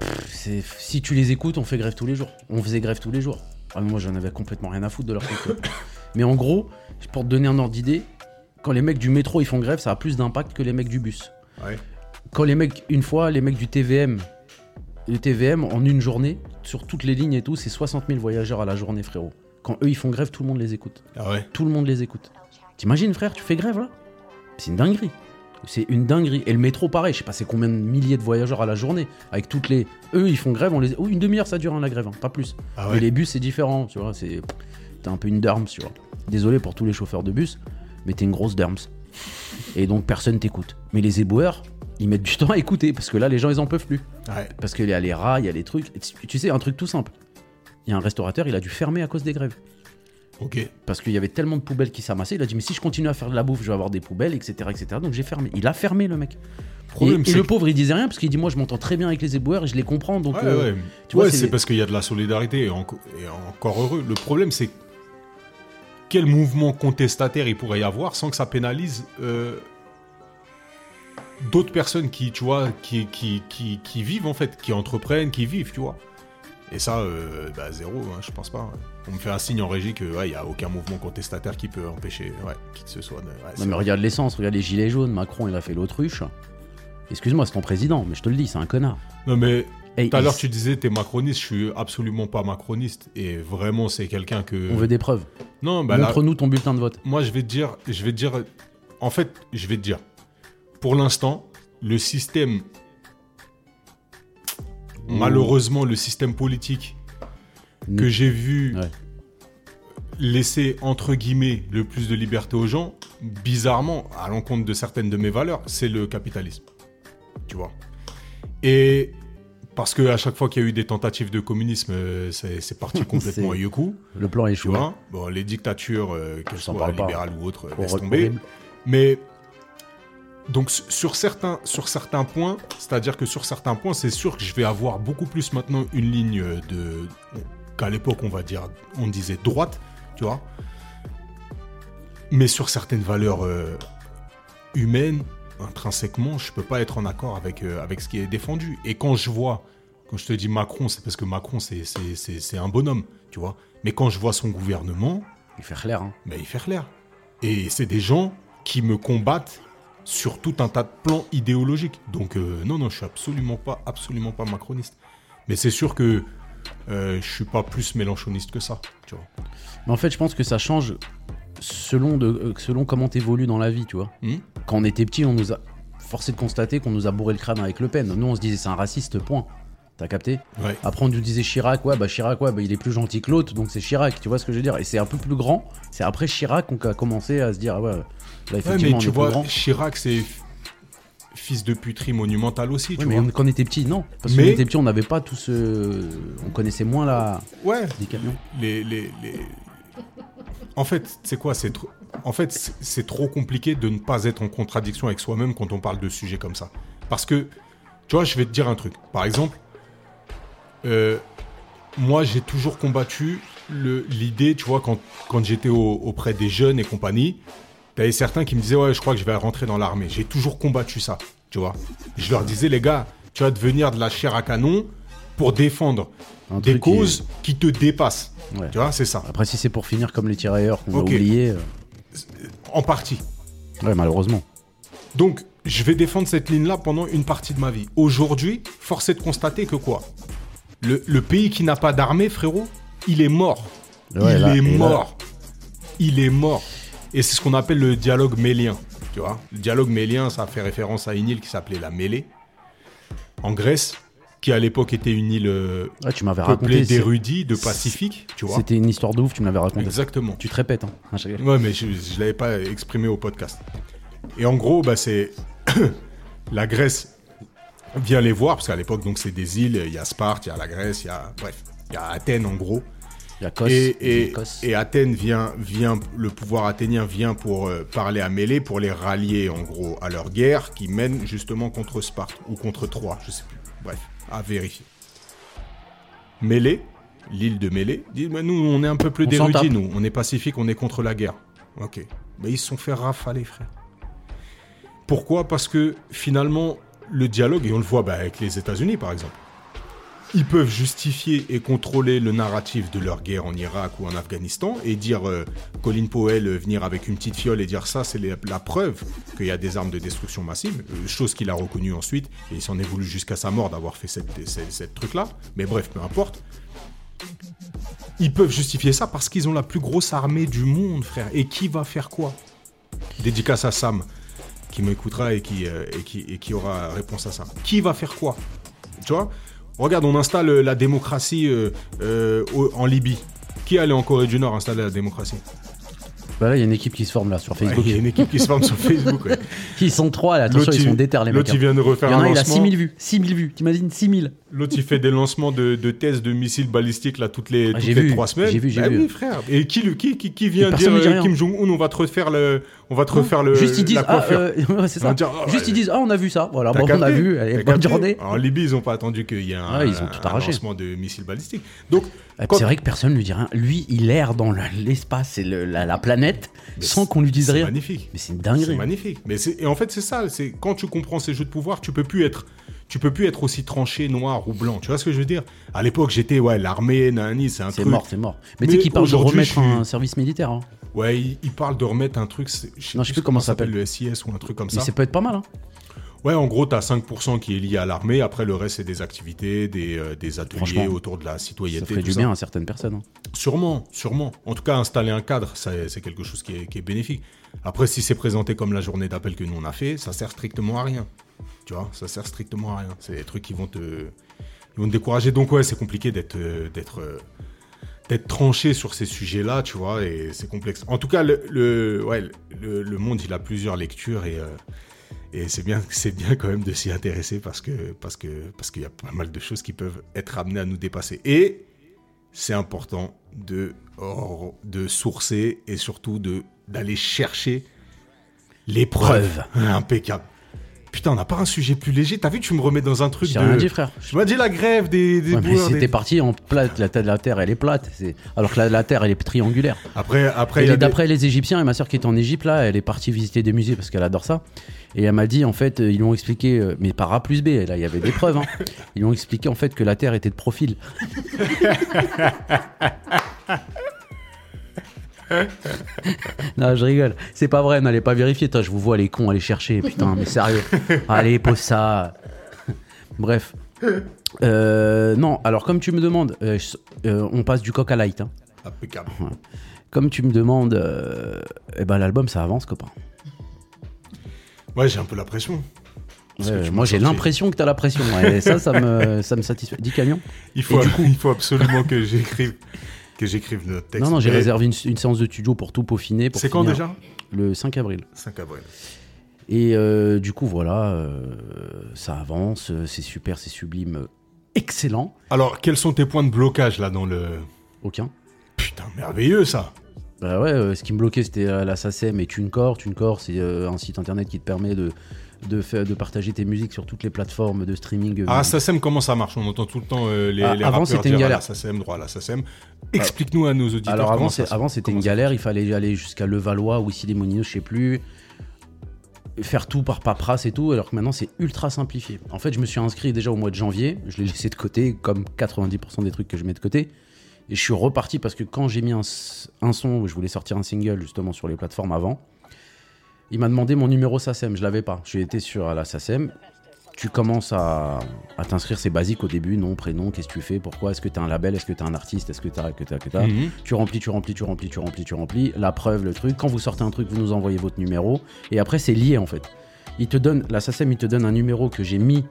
pff, c'est- Si tu les écoutes, on fait grève tous les jours. On faisait grève tous les jours. Ah, mais moi, j'en avais complètement rien à foutre de leur truc. quoi. mais en gros, pour te donner un ordre d'idée, quand les mecs du métro ils font grève, ça a plus d'impact que les mecs du bus. Ouais. Quand les mecs, une fois, les mecs du TVM, le TVM en une journée, sur toutes les lignes et tout, c'est 60 000 voyageurs à la journée, frérot. Quand eux ils font grève, tout le monde les écoute. Ah ouais. tout le monde les écoute. T'imagines, frère, tu fais grève là C'est une dinguerie. C'est une dinguerie. Et le métro, pareil, je sais pas c'est combien de milliers de voyageurs à la journée. Avec toutes les. Eux, ils font grève, on les. Oh, une demi-heure, ça dure, hein, la grève, hein, pas plus. Ah Mais ouais. les bus, c'est différent, tu vois. C'est. T'es un peu une derms, tu vois. Désolé pour tous les chauffeurs de bus, mais t'es une grosse derms. Et donc, personne t'écoute. Mais les éboueurs, ils mettent du temps à écouter, parce que là, les gens, ils en peuvent plus. Ouais. Parce qu'il y a les rats, il y a les trucs. Et tu- tu sais, un truc tout simple. Il y a un restaurateur, il a dû fermer à cause des grèves Ok. parce qu'il y avait tellement de poubelles qui s'amassaient. Il a dit mais si je continue à faire de la bouffe, je vais avoir des poubelles, etc., etc. Donc j'ai fermé. Il a fermé le mec. Problème, et et c'est le que- pauvre, il disait rien parce qu'il dit moi je m'entends très bien avec les éboueurs et je les comprends. Donc Ouais, euh, ouais. tu vois, Ouais, c'est- c'est parce qu'il y a de la solidarité et, enco- et encore heureux. Le problème, c'est quel mouvement contestataire il pourrait y avoir sans que ça pénalise euh, d'autres personnes qui, tu vois, qui, qui, qui, qui vivent en fait, qui entreprennent, qui vivent, tu vois. Et ça, euh, bah, zéro, hein, je pense pas. ouais. On me fait un signe en régie que ouais, il y a aucun mouvement contestataire qui peut empêcher ouais, qui que ce soit. de- ouais, c'est- non, mais regarde l'essence, regarde les gilets jaunes. Macron, il a fait l'autruche. Excuse-moi, c'est ton président, mais je te le dis, c'est un connard. Non, mais Et tout à il- l'heure tu disais t'es macroniste, je suis absolument pas macroniste et vraiment c'est quelqu'un que. On veut des preuves. Non, Euh, bah là- Montre-nous ton bulletin de vote. Moi, je vais te dire, je vais te dire, en fait, je vais te dire, pour l'instant, le système, malheureusement, le système politique que Nous- j'ai vu Ouais. laisser, entre guillemets, le plus de liberté aux gens, bizarrement, à l'encontre de certaines de mes valeurs, c'est le capitalisme. Tu vois Et parce que à chaque fois qu'il y a eu des tentatives de communisme, euh, c'est c'est parti complètement à Yoku. Le plan est Tu échoué. vois Hein. Bon, les dictatures, euh, qu'elles s'en soient parle pas. libérales ou autres, euh, laisse Horrible. tomber. Mais donc s- sur certains, sur certains points, c'est-à-dire que sur certains points, c'est sûr que je vais avoir beaucoup plus maintenant une ligne euh, de qu'à l'époque on va dire, on disait droite, tu vois. Mais sur certaines valeurs euh, humaines, intrinsèquement, je peux pas être en accord avec euh, avec ce qui est défendu. Et quand je vois, quand je te dis Macron, c'est parce que Macron c'est c'est- c'est c'est un bonhomme, tu vois. Mais quand je vois son gouvernement, Il fait clair. Hein. mais il fait clair. Et c'est des gens qui me combattent sur tout un tas de plans idéologiques. Donc euh, non, non, je suis absolument pas, absolument pas macroniste. Mais c'est sûr que euh, je suis pas plus mélanchoniste que ça. Tu vois. Mais en fait, je pense que ça change selon, de, euh, selon comment t'évolues dans la vie, tu vois. Hmm Quand on était petit, on nous a forcé de constater qu'on nous a bourré le crâne avec Le Pen. Nous, on se disait c'est un raciste, point. T'as capté Ouais. Après, on nous disait Chirac, ouais, bah Chirac, ouais, bah, il est plus gentil que l'autre, donc c'est Chirac, tu vois ce que je veux dire Et c'est un peu plus grand, c'est après Chirac qu'on a commencé à se dire, ah ouais, là, Ouais, effectivement, mais tu on est vois, plus grand. Chirac, c'est f- fils de puterie monumentale aussi, Ouais, tu mais vois. on- quand on était petit, non. Parce qu'on Mais- était petit, on n'avait pas tout ce. On connaissait moins la. Ouais, Des camions. les, les, les- En fait, c'est quoi C'est trop... En fait, c'est- c'est trop compliqué de ne pas être en contradiction avec soi-même quand on parle de sujets comme ça. Parce que, tu vois, je vais te dire un truc. Par exemple, euh, moi, j'ai toujours combattu le- l'idée, tu vois, quand, quand j'étais au- auprès des jeunes et compagnie, t'avais certains qui me disaient, ouais, je crois que je vais rentrer dans l'armée. J'ai toujours combattu ça, tu vois. Je leur disais, les gars, tu vas devenir de la chair à canon pour défendre Un des truc qui- causes qui te dépassent. Ouais. Tu vois, c'est ça. Après, si c'est pour finir comme les tirailleurs qu'on Ok. a oubliés, euh, En partie. ouais, malheureusement. Donc, je vais défendre cette ligne-là pendant une partie de ma vie. Aujourd'hui, force est de constater que quoi le, le pays qui n'a pas d'armée, frérot, il est mort. Ouais, il là, est et là- mort. Il est mort. Et c'est ce qu'on appelle le dialogue mélien. Tu vois Le dialogue mélien, ça fait référence à une île qui s'appelait la Mêlée, en Grèce, qui à l'époque était une île euh, Ouais, Ah, tu m'avais peuplée raconté. c'est- d'érudits, de pacifiques, tu vois C'était une histoire de ouf, tu me l'avais raconté. Exactement. Tu te répètes, hein. Ah, je rigole. Ouais, mais je ne l'avais pas exprimé au podcast. Et en gros, bah, c'est la Grèce vient les voir, parce qu'à l'époque, donc c'est des îles, il y a Sparte, il y a la Grèce, il y a, bref, il y a Athènes en gros. Il y a Kos, Et, il y et, a Kos. et Athènes vient, vient, le pouvoir athénien vient pour euh, parler à Mélée, pour les rallier en gros à leur guerre qui mène justement contre Sparte ou contre Troie, je sais plus. Bref, à vérifier. Mélée, l'île de Mélée, dit mais nous on est un peuple On s'en d'érudits, tape. nous, on est pacifique, on est contre la guerre. Ok. Mais ils se sont fait rafaler, frère. Pourquoi Parce que finalement, le dialogue, et on le voit bah, avec les États-Unis par exemple, ils peuvent justifier et contrôler le narratif de leur guerre en Irak ou en Afghanistan et dire euh, Colin Powell euh, venir avec une petite fiole et dire ça, c'est les- la preuve qu'il y a des armes de destruction massive, euh, chose qu'il a reconnue ensuite et il s'en est voulu jusqu'à sa mort d'avoir fait cette, cette- cette truc-là. Mais bref, peu importe. Ils peuvent justifier ça parce qu'ils ont la plus grosse armée du monde, frère. Et qui va faire quoi Dédicace à Sam, qui m'écoutera et qui, euh, et, qui, et qui aura réponse à ça. Qui va faire quoi tu vois Regarde, on installe euh, la démocratie euh, euh, au- en Libye. Qui allait en Corée du Nord installer la démocratie Bah là, il y a une équipe qui se forme là sur Ouais, Facebook. Il y a une équipe qui se forme sur Facebook. ouais. Ils sont trois là, attention, L'autre, ils il- sont déter les mecs. L'autre, il hein. vient de Il refaire y en un a, il a lancement. 6000 vues. 6000 vues, t'imagines 6000 L'autre, il fait des lancements de, de tests de missiles balistiques là, toutes les, Ah, toutes j'ai les vu, trois semaines. j'ai vu, j'ai Bah vu. oui, frère. Et qui, lui- qui, qui, qui vient Et dire personne ne dit euh, rien. Kim Jong-un, on va te refaire, le, on va te refaire le, Juste ils disent, la ah, coiffure euh, ouais, c'est On ça. va dire, ah, Juste ils ouais, disent, ah, on a vu ça. Voilà, T'as bon, on a capté, vu. Allez, t'as bonne capté. journée. En Libye, ils n'ont pas attendu qu'il y ait un, Ah, ils ont tout un arraché. lancement de missiles balistiques. Donc, Ouais, quand- C'est vrai que personne ne lui dit rien. Lui, il erre dans le- l'espace et le- la, la planète Mais sans c'est- qu'on lui dise c'est rien. magnifique. Mais c'est une C'est dinguerie. magnifique. Mais c'est- et en fait, c'est ça. C'est quand tu comprends ces jeux de pouvoir, tu peux plus être, tu peux plus être aussi tranché noir ou blanc. Tu vois ce que je veux dire À l'époque, j'étais ouais l'armée, nanani, c'est un C'est truc. mort, c'est mort. Mais, tu Mais sais qu'il parle de aujourd'hui, remettre je suis- un service militaire. hein. Ouais, il, il parle de remettre un truc. c'est- Non, je sais plus comment ça Le SIS ou un truc comme Mais ça. ça peut être pas mal. Hein. Ouais, en gros, t'as 5% qui est lié à l'armée. Après, le reste, c'est des activités, des, euh, des ateliers Franchement, autour de la Ça citoyenneté. ferait tout du ça. bien à certaines personnes. hein. Sûrement, sûrement. En tout cas, installer un cadre, ça- c'est quelque chose qui est, qui est bénéfique. Après, si c'est présenté comme la journée d'appel que nous on a fait, ça sert strictement à rien. Tu vois, ça sert strictement à rien. C'est des trucs qui vont te, ils vont te décourager. Donc ouais, c'est compliqué d'être, euh, d'être, euh, d'être tranché sur ces sujets-là, tu vois, et c'est complexe. En tout cas, le, le- ouais, le, le monde, il a plusieurs lectures et. euh, et c'est bien, c'est bien quand même de s'y intéresser parce que parce que parce qu'il y a pas mal de choses qui peuvent être amenées à nous dépasser. Et c'est important de or- de sourcer et surtout de d'aller chercher les preuves. Impeccable. Putain, on n'a pas un sujet plus léger. T'as vu, tu me remets dans un truc J'ai de. rien dit, frère. Tu m'as dit la grève des, des Ouais, mais boueurs, c'était des- parti en plate, la, ta- la Terre elle est plate, c'est- alors que la, la Terre elle est triangulaire. Après, après, et il y a les- des- d'après les Égyptiens, et ma soeur qui est en Égypte là, elle est partie visiter des musées parce qu'elle adore ça. Et elle m'a dit en fait, euh, ils lui ont expliqué, euh, mais par A plus B, là il y avait des preuves, hein. ils lui ont expliqué en fait que la Terre était de profil. non, je rigole, c'est pas vrai, n'allez pas vérifier, Toi, je vous vois les cons aller chercher, putain, mais sérieux, allez, pose ça. Bref. Euh, non, alors comme tu me demandes, euh, je- euh, on passe du coq à light. hein Impeccable. comme tu me demandes, euh, eh ben l'album ça avance, copain. Ouais, j'ai un peu la pression. Parce que Ouais, tu moi m'as j'ai sorti. l'impression que t'as la pression et ça ça me, ça me satisfait. Dis camion Il faut, Et du coup- il faut absolument que j'écrive que j'écrive notre texte. Non non j'ai Mais réservé une, une séance de studio pour tout peaufiner. pour C'est quand finir déjà Le 5 avril. 5 avril. Et euh, du coup voilà, euh, ça avance, euh, c'est super, c'est sublime, euh, excellent. Alors, quels sont tes points de blocage là dans le. Aucun. Putain, merveilleux ça Bah ouais, euh, ce qui me bloquait c'était euh, la SACEM et TuneCore. TuneCore c'est euh, un site internet qui te permet de, de, fa- de partager tes musiques sur toutes les plateformes de streaming. euh, Ah, SACEM, comment ça marche On entend tout le temps euh, les, Ah, les avant, rappeurs c'était une dire ah, galère. la SACEM, droit à la SACEM. Explique-nous à nos auditeurs. Alors avant, comment c'est- ça se- avant, c'était une comment ça- galère, il fallait aller jusqu'à Levallois ou ici les Moninos, je sais plus. Faire tout par paperasse et tout, alors que maintenant c'est ultra simplifié. En fait, je me suis inscrit déjà au mois de janvier, je l'ai laissé de côté, comme 90% des trucs que je mets de côté. Et je suis reparti parce que quand j'ai mis un, s- un son, je voulais sortir un single justement sur les plateformes avant, il m'a demandé mon numéro SACEM, je l'avais pas. J'ai été sur la SACEM, tu commences à, à t'inscrire, c'est basique au début, nom, prénom, qu'est-ce que tu fais, pourquoi, est-ce que t'es un label, est-ce que t'es un artiste, est-ce que t'as, que t'as, que t'as. Mhm. Tu remplis, tu remplis, tu remplis, tu remplis, tu remplis. La preuve, le truc. Quand vous sortez un truc, vous nous envoyez votre numéro. Et après, c'est lié en fait. Il te donne, la SACEM, il te donne un numéro que j'ai mis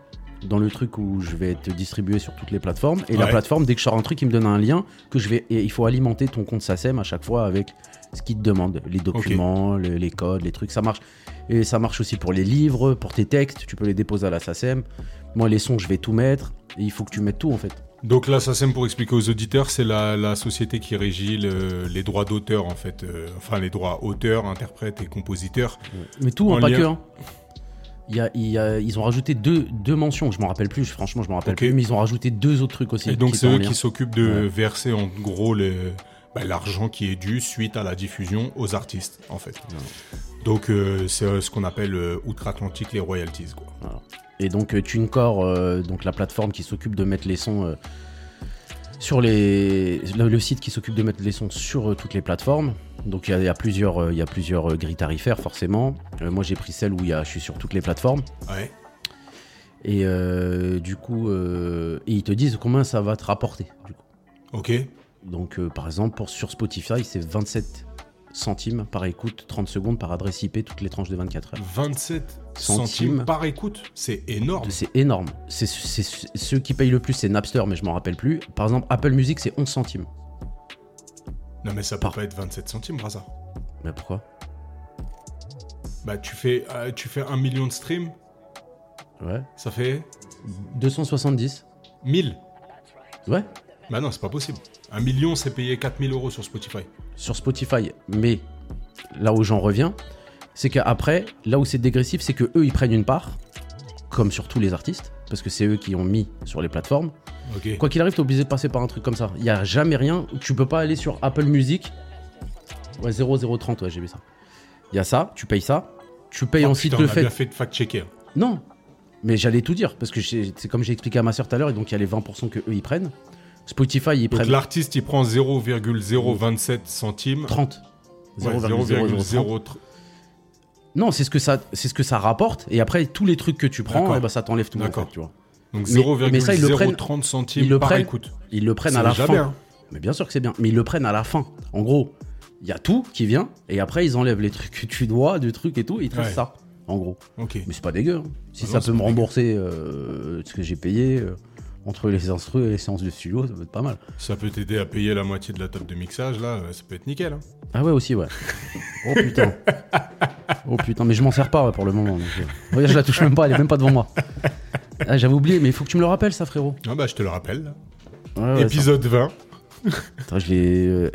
dans le truc où je vais te distribuer sur toutes les plateformes. Et la Ouais. plateforme, dès que je sors un truc, il me donne un lien que je vais. Et il faut alimenter ton compte SACEM E à chaque fois avec ce qu'il te demande. Les documents, le- les codes, les trucs. Ça marche. Et ça marche aussi pour les livres, pour tes textes. Tu peux les déposer à la SACEM. E Moi, les sons, je vais tout mettre. Et il faut que tu mettes tout en fait. Donc la SACEM, pour expliquer aux auditeurs, c'est la, la société qui régit le- les droits d'auteur, en fait. euh, enfin, les droits auteur, interprète et compositeur. Mais tout, En hein, pas lien. que. hein. Il y a- il y a- ils ont rajouté deux, deux mentions, je m'en rappelle plus, je- franchement je m'en rappelle Ok. plus, mais ils ont rajouté deux autres trucs aussi. Et donc, qui c'est sont en eux lien. qui s'occupent de Ouais. verser, en gros, le- bah, l'argent qui est dû suite à la diffusion aux artistes, en fait. Donc, euh, c'est euh, ce qu'on appelle euh, outre-Atlantique les royalties, quoi. Et donc euh, TuneCore, euh, donc la plateforme qui s'occupe de mettre les sons euh, sur les... Le, le site qui s'occupe de mettre les sons sur euh, toutes les plateformes. Donc il y a, il y a plusieurs, euh, il y a plusieurs euh, grilles tarifaires forcément. Euh, moi j'ai pris celle où il y a, je suis sur toutes les plateformes. Ouais. Et euh, du coup, euh, et ils te disent combien ça va te rapporter. du coup. Ok. Donc, euh, par exemple, pour, sur Spotify, c'est 27 centimes par écoute, 30 secondes par adresse IP, toutes les tranches de 24 heures. 27 centimes, Centimes. par écoute. C'est énorme. Oh, C'est énorme. C'est, c'est- c'est- ceux qui payent le plus, c'est Napster, mais je m'en rappelle plus. Par exemple, Apple Music, c'est 11 centimes. Non, mais ça peut Par- pas être 27 centimes, Braza. Mais pourquoi Bah, tu fais, euh, tu fais un million de streams, Ouais. ça fait 270 1000. Ouais. Bah non, c'est pas possible. Un million, c'est payé 4000 euros sur Spotify. Sur Spotify. Mais là où j'en reviens, c'est qu'après, là où c'est dégressif, c'est que eux, ils prennent une part, comme sur tous les artistes, parce que c'est eux qui ont mis sur les plateformes. Ok. Quoi qu'il arrive, t'es obligé de passer par un truc comme ça. Il y a jamais rien. Tu peux pas aller sur Apple Music. Ouais, 0030, ouais, j'ai vu ça. Il y a ça, tu payes ça. Tu payes Oh, ensuite putain, le on a fait. bien fait de fact-checker. Non, mais j'allais tout dire parce que j'ai- c'est comme j'ai expliqué à ma soeur tout à l'heure, et donc il y a les 20% que eux ils prennent. Spotify ils Donc prennent l'artiste, il prend 0,027 centimes. 30. Ouais, 0,0030. 0,030. Non, c'est ce que ça, c'est ce que ça rapporte. Et après tous les trucs que tu prends, D'accord. eh ben, ça t'enlève tout. en D'accord. fait, tu vois. Donc Mais- mais ça, ils le prennent- 0,030 ils centimes le par prennent- écoute. Ils le prennent C'est hein. à la déjà fin. bien. Mais bien sûr que c'est bien. Mais ils le prennent à la fin. En gros, il y a tout qui vient et après ils enlèvent les trucs que tu dois, du truc et tout. Ils traitent Ouais. ça. En gros. Ok. Mais c'est pas dégueu. hein. Si Ah non, ça c'est peut me pas dégueu. rembourser euh, ce que j'ai payé euh, entre les instrus et les séances de studio, ça peut être pas mal. Ça peut t'aider à payer la moitié de la table de mixage, là, euh, ça peut être nickel. hein. Ah ouais aussi ouais. Oh putain. Oh putain, mais je m'en sers pas ouais, pour le moment. donc, euh. Regarde, je la touche même pas, elle est même pas devant moi. Ah, j'avais oublié, mais il faut que tu me le rappelles ça frérot. Ah bah, je te le rappelle. là. Ouais, Ah ouais, ça- Épisode 20. Attends, je l'ai. euh,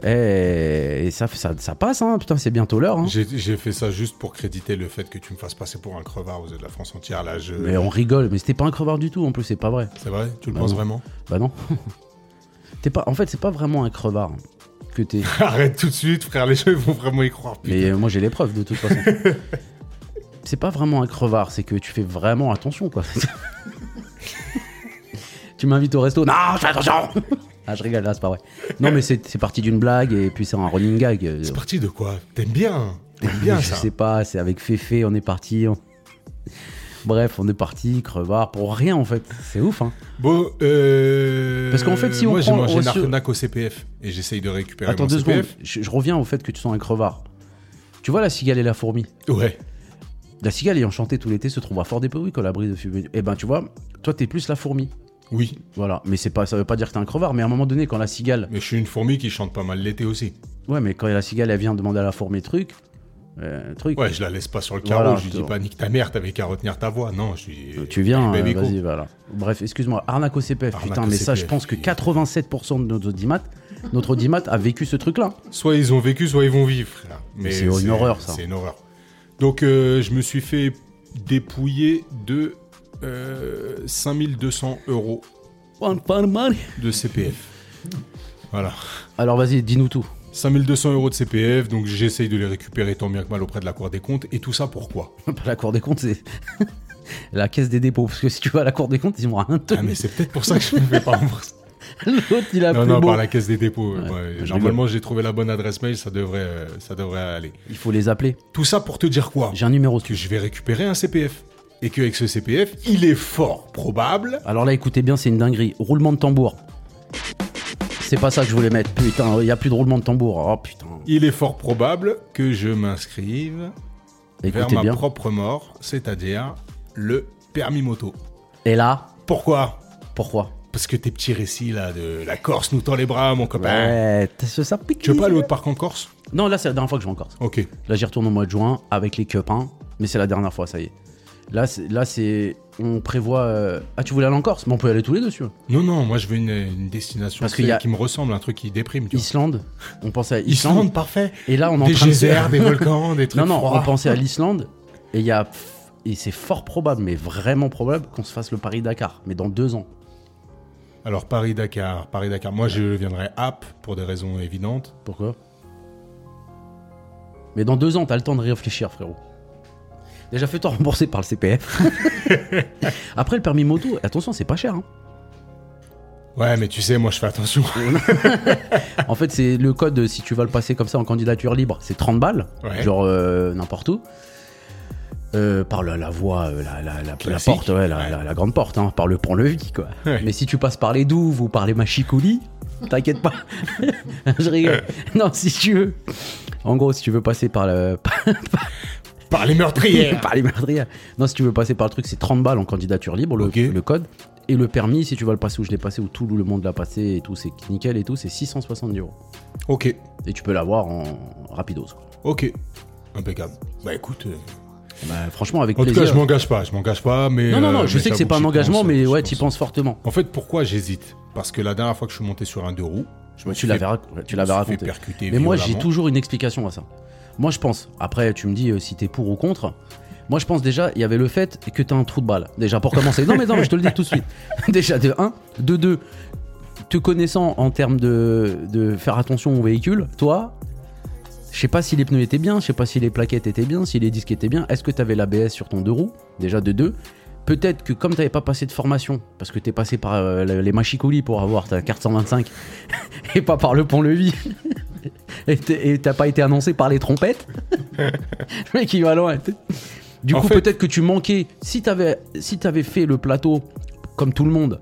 eh, et ça, ça, ça passe hein, putain, c'est bientôt l'heure. hein. J'ai j'ai fait ça juste pour créditer le fait que tu me fasses passer pour un crevard aux yeux de la France entière. Là, je... Mais on rigole, mais c'était pas un crevard du tout en plus, c'est pas vrai. C'est vrai Tu le Bah penses non. vraiment Bah non. T'es pas, en fait, c'est pas vraiment un crevard que t'es. Arrête tout de suite, frère, les gens ils vont vraiment y croire. putain. Mais euh, moi j'ai les preuves de toute façon. c'est pas vraiment un crevard, c'est que tu fais vraiment attention quoi. tu m'invites au resto, non, fais attention Ah, je rigole, là, c'est pas vrai. Non, mais c'est c'est parti d'une blague et puis c'est un running gag. euh, C'est parti de quoi T'aimes bien hein? T'aimes bien je ça sais pas, c'est avec Féfé, on est parti. on- Bref, on est parti, crevard, pour rien en fait. C'est ouf, hein. Bon, euh... Parce qu'en fait, si on moi, j'ai prend- mangé on une se- arnaque au CPF et j'essaye de récupérer Attends mon deux secondes, CPF. je, je reviens au fait que tu sens un crevard. Tu vois la cigale et la fourmi Ouais. La cigale ayant chanté tout l'été se trouve à fort dépourvu quand l'abri de fumée. Eh ben, tu vois, toi, t'es plus la fourmi. Oui, Voilà. Mais c'est pas, ça veut pas dire que t'es un crevard, mais à un moment donné, quand la cigale. mais je suis une fourmi qui chante pas mal l'été aussi. Ouais, mais quand la cigale, elle vient demander à la fourmi truc. euh, truc. Ouais, je la laisse pas sur le carreau, Voilà, je lui dis toi. pas nique ta mère, t'avais qu'à retenir ta voix. Non, je suis. Tu viens, Baby euh, Cool. vas-y, voilà. Bref, excuse-moi, arnaque au CPF. Arnaque putain, au mais ça, CPF, je pense que oui. 87% de notre audimat, notre audimat a vécu ce truc-là. Soit ils ont vécu, soit ils vont vivre. frère. Mais C'est une horreur, ça. C'est une horreur. Donc, euh, je me suis fait dépouiller de euh, 5200 euros de CPF. voilà. Alors, vas-y, dis-nous tout. 5200 euros de CPF, donc j'essaye de les récupérer tant bien que mal auprès de la Cour des comptes. Et tout ça pourquoi Pas la Cour des comptes, c'est la caisse des dépôts. Parce que si tu vas à la Cour des comptes, ils vont rien te. Ah, mais c'est peut-être pour ça que je ne me fais pas rembourser. L'autre, il a Non, plus non, beau. par la caisse des dépôts. Ouais, Ouais, je normalement, j'ai trouvé la bonne adresse mail, ça devrait, euh, ça devrait aller. Il faut les appeler. Tout ça pour te dire quoi J'ai un numéro. Que je vais récupérer un CPF. Et qu'avec ce CPF, il est fort probable. Alors là, écoutez bien, c'est une dinguerie. Roulement de tambour. C'est pas ça que je voulais mettre. Putain, il y a plus de roulement de tambour. Oh putain. Il est fort probable que je m'inscrive vers Écoutez ma bien. propre mort, c'est-à-dire le permis moto. Et là, Pourquoi pourquoi Parce que tes petits récits là de la Corse nous tend les bras, mon copain. Ouais, t'as ce ça pique. Tu Ben. veux pas aller au parc en Corse Non, là, c'est la dernière fois que je vais en Corse. Ok. Là, j'y retourne au mois de juin avec les copains, mais c'est la dernière fois, ça y est. Là, c'est, là, c'est, on prévoit. euh, Ah, tu voulais aller en Corse Mais on peut y aller tous les deux, si tu veux. Non, non, moi je veux une, une destination Parce tu qu'il sais, y a- qui me ressemble, un truc qui déprime. Tu vois. Islande. On pensait à Islande. Islande, parfait. Et là, on est en Des train de se- geysers, des volcans, des trucs Non, non, on froids. pensait à l'Islande. Et il y a, et c'est fort probable, mais vraiment probable, qu'on se fasse le Paris Dakar, mais dans deux ans. Alors Paris-Dakar, Paris-Dakar. Moi je viendrai app pour des raisons évidentes. Pourquoi Mais dans deux ans, t'as le temps de réfléchir, frérot. Déjà, fais-toi rembourser par le CPF. Après, le permis moto, attention, c'est pas cher. hein. Ouais, mais tu sais, moi je fais attention. En fait, c'est le code, si tu vas le passer comme ça en candidature libre, c'est 30 balles, Ouais. genre euh, n'importe où. Euh, par la, la voie, euh, la, la- la- la Classique. porte, ouais, la, Ouais. la- la grande porte, hein, par le pont-levis, quoi. Ouais. Mais si tu passes par les douves ou par les machicoulis, t'inquiète pas. Je rigole. Non, si tu veux. En gros, si tu veux passer par, le, Par les meurtrières. par les meurtrières. Non, si tu veux passer par le truc, c'est 30 balles en candidature libre, le, Ok. le code. Et le permis, si tu vas le passer où je l'ai passé, où tout le monde l'a passé et tout, c'est nickel et tout, c'est 670 euros. ok, Et tu peux l'avoir en rapidos. quoi. ok. Impeccable. Bah écoute, euh, Bah, franchement, avec en tout plaisir. cas je m'engage pas, je m'engage pas, mais... non, non, non, euh, je mais sais que c'est j'avoue pas un j'y engagement, pense, mais j'y ouais, tu pense. penses fortement. En fait, pourquoi j'hésite Parce que la dernière fois que je suis monté sur un deux roues, je me Tu suis l'avais fait- rac- je tu me l'avais suis raconté. fait percuter Mais moi, j'ai violemment. toujours une explication à ça. Moi, je pense, après, tu me dis euh, si t'es pour ou contre. Moi, je pense déjà, il y avait le fait que t'as un trou de balle. Déjà, pour commencer. Non, mais non, mais je te le dis tout de suite. Déjà, de 1. De 2. Te connaissant en termes de, de faire attention au véhicule, toi, je sais pas si les pneus étaient bien, je sais pas si les plaquettes étaient bien, si les disques étaient bien. Est-ce que t'avais l'ABS sur ton deux roues Déjà, de 2. Peut-être que comme t'avais pas passé de formation, parce que t'es passé par euh, les machicoulis pour avoir ta carte 125 et pas par le pont-levis, et t'es- et t'as pas été annoncé par les trompettes. le mec il va loin. t'es- Du En coup, fait- peut-être que tu manquais. Si t'avais si t'avais fait le plateau comme tout le monde,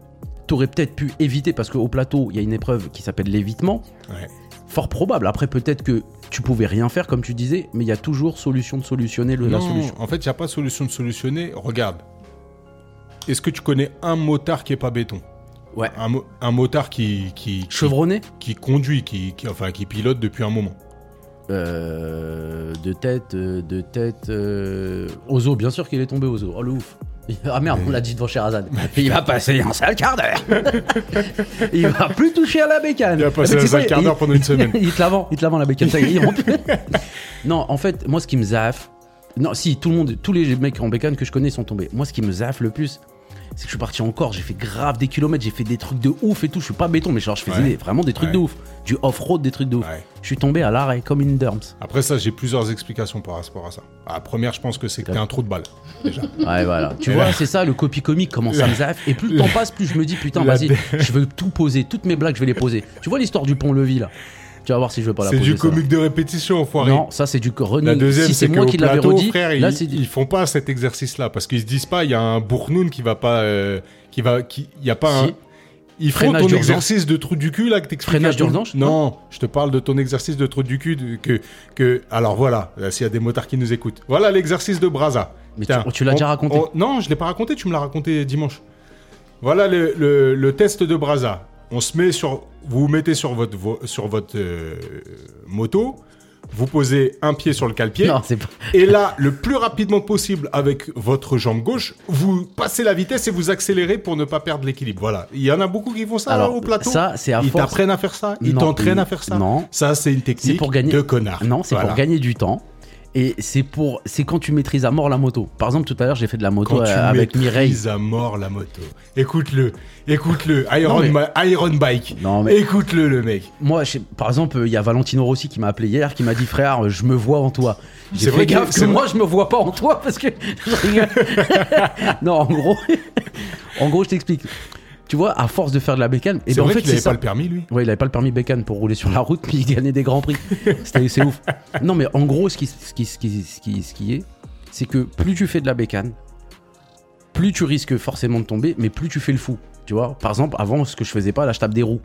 t'aurais peut-être pu éviter parce qu'au plateau il y a une épreuve qui s'appelle l'évitement. Ouais. Fort probable. Après, peut-être que tu pouvais rien faire comme tu disais, mais il y a toujours solution de solutionner le, la Non, solution. En fait, il n'y a pas de solution de solutionner. Regarde. Est-ce que tu connais un motard qui est pas béton Ouais. un, mo- un motard qui, qui, qui, Chevronné qui conduit, qui, qui- enfin, qui pilote depuis un moment. Euh, de tête, euh, de tête. euh, Ozo, bien sûr qu'il est tombé Ozo. Oh le ouf. Ah merde, on l'a dit devant Sherazade. Il va passer un sale quart d'heure. il va plus toucher à la bécane. Il a passé Ah, mais un c'est sale quoi, quart il- d'heure pendant une semaine. il te l'avant, il te l'avant la bécane. Ça y est, il rentre. non, en fait, moi ce qui me zaffe. Non, si, tout le monde, tous les mecs en bécane que je connais sont tombés. Moi ce qui me zaffe le plus. C'est que je suis parti en Corse, j'ai fait grave des kilomètres, j'ai fait des trucs de ouf et tout. Je suis pas béton, mais genre je faisais Ouais. des- vraiment des trucs Ouais. de ouf. Du off-road, des trucs de ouf. Ouais. Je suis tombé à l'arrêt comme une derms. Après ça, j'ai plusieurs explications par rapport à ça. La première, je pense que c'est que t'es un trou de balle. Déjà. Ouais, voilà. Tu Et vois, là- c'est ça le copie comique, comment ça La- me zaffe. Et plus le temps passe, plus je me dis putain, La- vas-y, je veux tout poser, toutes mes blagues, je vais les poser. Tu vois l'histoire du pont-levis là Tu vas voir si je veux pas la c'est poser. du ça. comique de répétition, enfoiré. Non, ça c'est du running. La deuxième, si c'est c'est que moi au qui l'avais plateau, redit, frère, là ils, c'est. du- ils font pas cet exercice-là parce qu'ils se disent pas, il y a un bournoun qui va pas, euh, qui va, qui, il y a pas un. Si. Ils font Freinage ton d'urgence. exercice de trou du cul là que t'expliques. Freinage à tout le- d'urgence, Non, je te parle de ton exercice euh, de trou du cul de- que que. Alors voilà, là, s'il y a des motards qui nous écoutent, voilà l'exercice de Braza. Mais tu, Tiens, tu l'as on- déjà raconté. on- non, je l'ai pas raconté, tu me l'as raconté dimanche. Voilà le, le- le test de Braza. On se met sur, vous vous mettez sur votre, vo- sur votre euh, moto, vous posez un pied sur le calpier, Non, c'est pas. et là, le plus rapidement possible avec votre jambe gauche, vous passez la vitesse et vous accélérez pour ne pas perdre l'équilibre. Voilà. Il y en a beaucoup qui font ça Alors, hein, au plateau. ça, c'est à Ils force- t'apprennent à faire ça, ils Non, t'entraînent à non, faire ça. non. Ça, c'est une technique pour gagner- de connard. Non, c'est Voilà. pour gagner du temps. Et c'est pour, c'est quand tu maîtrises à mort la moto. Par exemple, tout à l'heure, j'ai fait de la moto Quand euh, tu avec Mireille. maîtrises à mort la moto. Écoute-le, écoute-le, Iron, Non, mais- Ma- Iron Bike. Non, mais- Eh Écoute-le, le mec. Moi, je sais- par exemple, il y a Valentino Rossi qui m'a appelé hier, qui m'a dit frère, euh, je me vois en toi. C'est J'ai fait vrai que- gaffe que c'est- moi, je me vois pas en toi parce que. Je rigole. non, en gros, en gros, je t'explique. Tu vois, à force de faire de la bécane, et C'est ben en vrai fait, qu'il c'est avait ça. pas le permis, lui. Ouais, il avait pas le permis bécane pour rouler sur la route, puis il gagnait des grands prix. C'était- C'est ouf. Non, mais en gros, ce qui, ce qui, ce qui, ce qui, ce qui est, c'est que plus tu fais de la bécane, plus tu risques forcément de tomber, mais plus tu fais le fou. Tu vois, par exemple, avant, ce que je faisais pas, là, je tape des roues.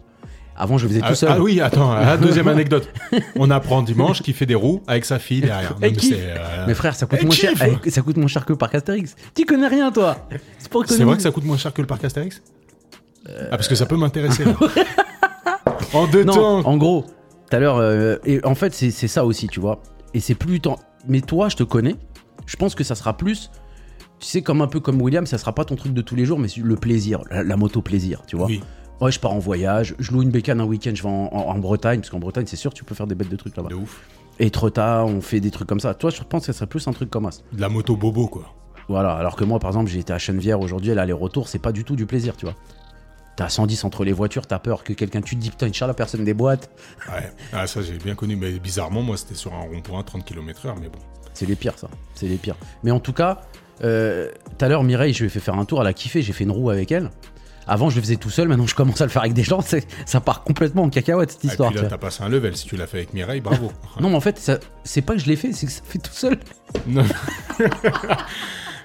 Avant, je le faisais Ah, tout seul. ah oui, attends, ah, deuxième anecdote. On apprend dimanche qu'il fait des roues avec sa fille derrière. Non, Et mais qui- c'est, euh, Mais frère, ça coûte Eh, moins cher. chief eh, ça coûte moins cher que Parc Astérix. Tu connais rien, toi. C'est pour C'est vrai que ça coûte moins cher que le parc Astérix Ah, parce que ça peut m'intéresser. là. en deux Euh. Non, temps. en gros, tout à l'heure, euh, et en fait, c'est c'est ça aussi, tu vois. Et c'est plus tant. Mais toi, je te connais. Je pense que ça sera plus. Tu sais, comme un peu comme William, ça sera pas ton truc de tous les jours, mais le plaisir, la, la moto plaisir, tu vois. Oui. Ouais, je pars en voyage, je loue une bécane un week-end, je vais en, en- en Bretagne, parce qu'en Bretagne, c'est sûr, tu peux faire des bêtes de trucs là-bas. De ouf. Et Trota, on fait des trucs comme ça. Toi, je pense que ça serait plus un truc comme ça. De la moto bobo, quoi. Voilà, alors que moi, par exemple, j'ai été à Chenevière aujourd'hui, à l'aller-retour, c'est pas du tout du plaisir, tu vois. T'as 110 entre les voitures, t'as peur que quelqu'un tu te dis putain, Inch'Allah, personne des boîtes. Ouais. Ah, ça, j'ai bien connu. Mais bizarrement, moi, c'était sur un rond-point, 30 km/h, mais bon. C'est les pires, ça. C'est les pires. Mais en tout cas, euh, tout à l'heure, Mireille, je lui ai fait faire un tour, elle a kiffé, j'ai fait une roue avec elle. Avant, je le faisais tout seul, maintenant, je commence à le faire avec des gens. c'est- Ça part complètement en cacahuète, cette Et histoire. Ah, puis tu là, vois. t'as passé un level. Si tu l'as fait avec Mireille, bravo. non, mais en fait, ça- c'est pas que je l'ai fait, c'est que ça fait tout seul. Non.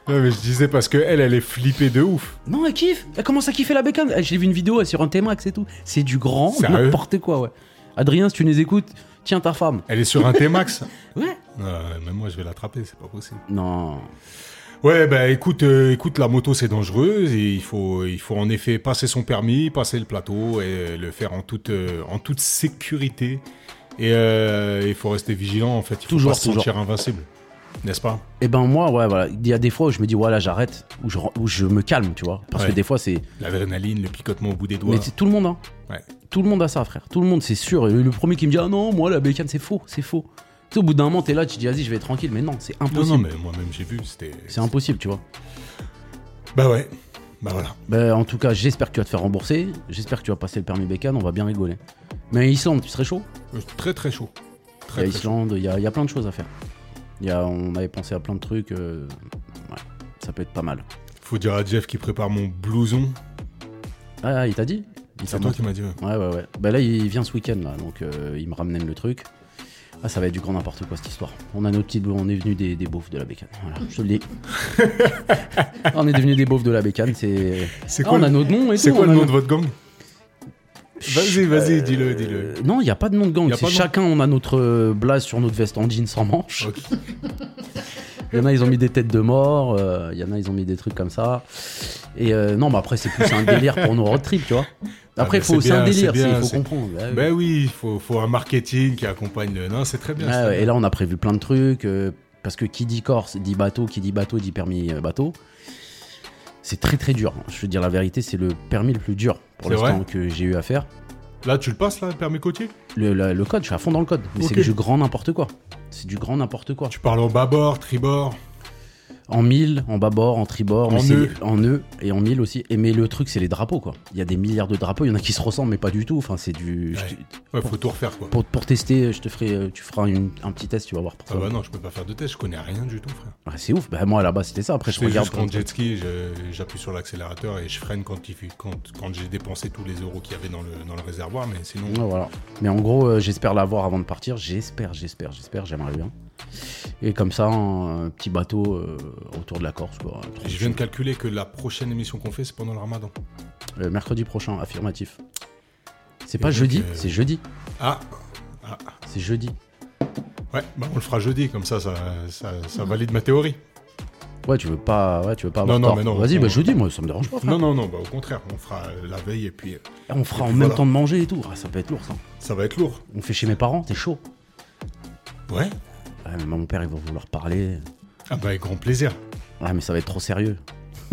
Non, mais je disais parce que elle, elle est flippée de ouf. Non, elle kiffe. Elle commence à kiffer la bécane. Elle- J'ai vu une vidéo elle, sur un T-Max et tout. C'est du grand Sérieux n'importe quoi, ouais. Adrien, si tu nous écoutes, tiens ta femme. Elle est sur un T-Max. Ouais. Euh, même moi, je vais l'attraper, c'est pas possible. Non. Ouais, bah écoute, euh, écoute, la moto c'est dangereux. et il faut, il faut en effet passer son permis, passer le plateau et le faire en toute, euh, en toute sécurité. Et euh, il faut rester vigilant en fait. Il faut Toujours, pas se toujours. sentir invincible, n'est-ce pas Et ben moi, ouais, voilà. Il y a des fois où je me dis, voilà, j'arrête, ou je, ou je me calme, tu vois. Parce Ouais. que des fois, c'est. L'adrénaline, le picotement au bout des doigts. Mais c'est tout le monde, hein. Ouais. Tout le monde a ça, frère. Tout le monde, c'est sûr. Et le premier qui me dit, ah non, moi, la bécane, c'est faux, c'est faux. Tu sais, au bout d'un moment, t'es là, tu te dis, vas-y, je vais être tranquille. Mais non, c'est Non, impossible. non, mais moi-même j'ai vu, c'était. C'est impossible, tu vois. Bah ouais, bah voilà. Ben, en tout cas, j'espère que tu vas te faire rembourser. J'espère que tu vas passer le permis bécane. On va bien rigoler. Mais Islande, tu serais chaud Euh, Très très chaud. Il y Très, a très chaud. Islande, il y a, il y a plein de choses à faire. Il y a, on avait pensé à plein de trucs. euh, ouais, ça peut être pas mal. Faut dire à Jeff qui prépare mon blouson. Ah, il t'a dit Il t'a C'est toi montré qui m'as dit. ouais. Ouais, ouais, ouais. Bah là, il vient ce week-end, là, donc euh, il me ramène le truc. Ah, ça va être du grand n'importe quoi cette histoire. On a nos petites, on est venu des, des beaufs de la bécane. Voilà, je te le dis. on est devenu des beaufs de la bécane, c'est. C'est Ah, quoi, on a le- notre nom et c'est tout, quoi on le a nom de notre- votre gang Vas-y, vas-y, dis-le, dis-le. Euh, non, il n'y a pas de nom de gang. Y a c'est pas de nom. chacun, on a notre euh, blase sur notre veste en jean sans manche. Ok. Il y en a, ils ont mis des têtes de mort. euh, Il y en a, ils ont mis des trucs comme ça. Et euh, non, mais après, c'est plus un délire pour nos road trips, tu vois. Ah, Après, mais faut, c'est c'est un bien, délire, c'est c'est- il bien, faut c'est- comprendre. Bah Ouais, Ben oui, il faut, faut un marketing qui accompagne le. Non, c'est très bien. Ah Ouais, c'est ouais, très et là, on a prévu plein de trucs. euh, parce que qui dit Corse dit bateau, qui dit bateau dit permis euh, bateau. C'est très très dur. hein. Je veux dire la vérité, c'est le permis le plus dur C'est pour l'instant vrai que j'ai eu à faire. bien. Là, tu le passes, là, le permis côtier Le, la- le code, je suis à fond dans le code. Mais Ok. c'est du grand n'importe quoi. C'est du grand n'importe quoi. Tu parles en bâbord, tribord. En mille, en bâbord, en tribord, mais En c'est- nœud. en nœud et en mille aussi. Et mais le truc, c'est les drapeaux quoi. Il y a des milliards de drapeaux. Il y en a qui se ressemblent, mais pas du tout. Enfin, c'est du. je Ouais. te- Ouais, faut tout refaire, quoi. pour, pour tester, je te ferai, euh, tu feras une- un petit test, tu vas voir. Pour Ah ça. bah non, je peux pas faire de test, je connais rien du tout, frère. Ouais, c'est ouf. Bah, moi là-bas, c'était ça. Après, je Je fais regarde. juste quand jet ski, je- j'appuie sur l'accélérateur et je freine quand, il fait- quand, quand j'ai dépensé tous les euros qu'il y avait dans le, dans le réservoir, mais sinon. Ouais, voilà. Mais en gros, euh, j'espère l'avoir avant de partir. J'espère, j'espère, j'espère, j'aimerais bien. Et comme ça, un, un petit bateau euh, autour de la Corse, quoi. Et je viens de calculer que la prochaine émission qu'on fait, c'est pendant le ramadan. Euh, mercredi prochain, affirmatif. C'est Et pas donc, jeudi, euh, c'est jeudi, Ah Ah. c'est jeudi. Ouais, bah on le fera jeudi, comme ça, ça, ça, ça valide ma théorie. ouais, tu veux pas, ouais, tu veux pas Non, avoir non, tort. mais non, Vas-y, on- bah, je dis, moi, ça me dérange pas. frère. Non, non, non, bah, au contraire, on fera euh, la veille et puis euh, On fera en puis même voilà. temps de manger et tout. Ah, ça peut être lourd, ça. ça va être lourd. On fait chez mes parents, t'es chaud. Ouais. Ouais, mais mon père, il va vouloir parler. Ah bah, avec grand plaisir. Ouais, mais ça va être trop sérieux.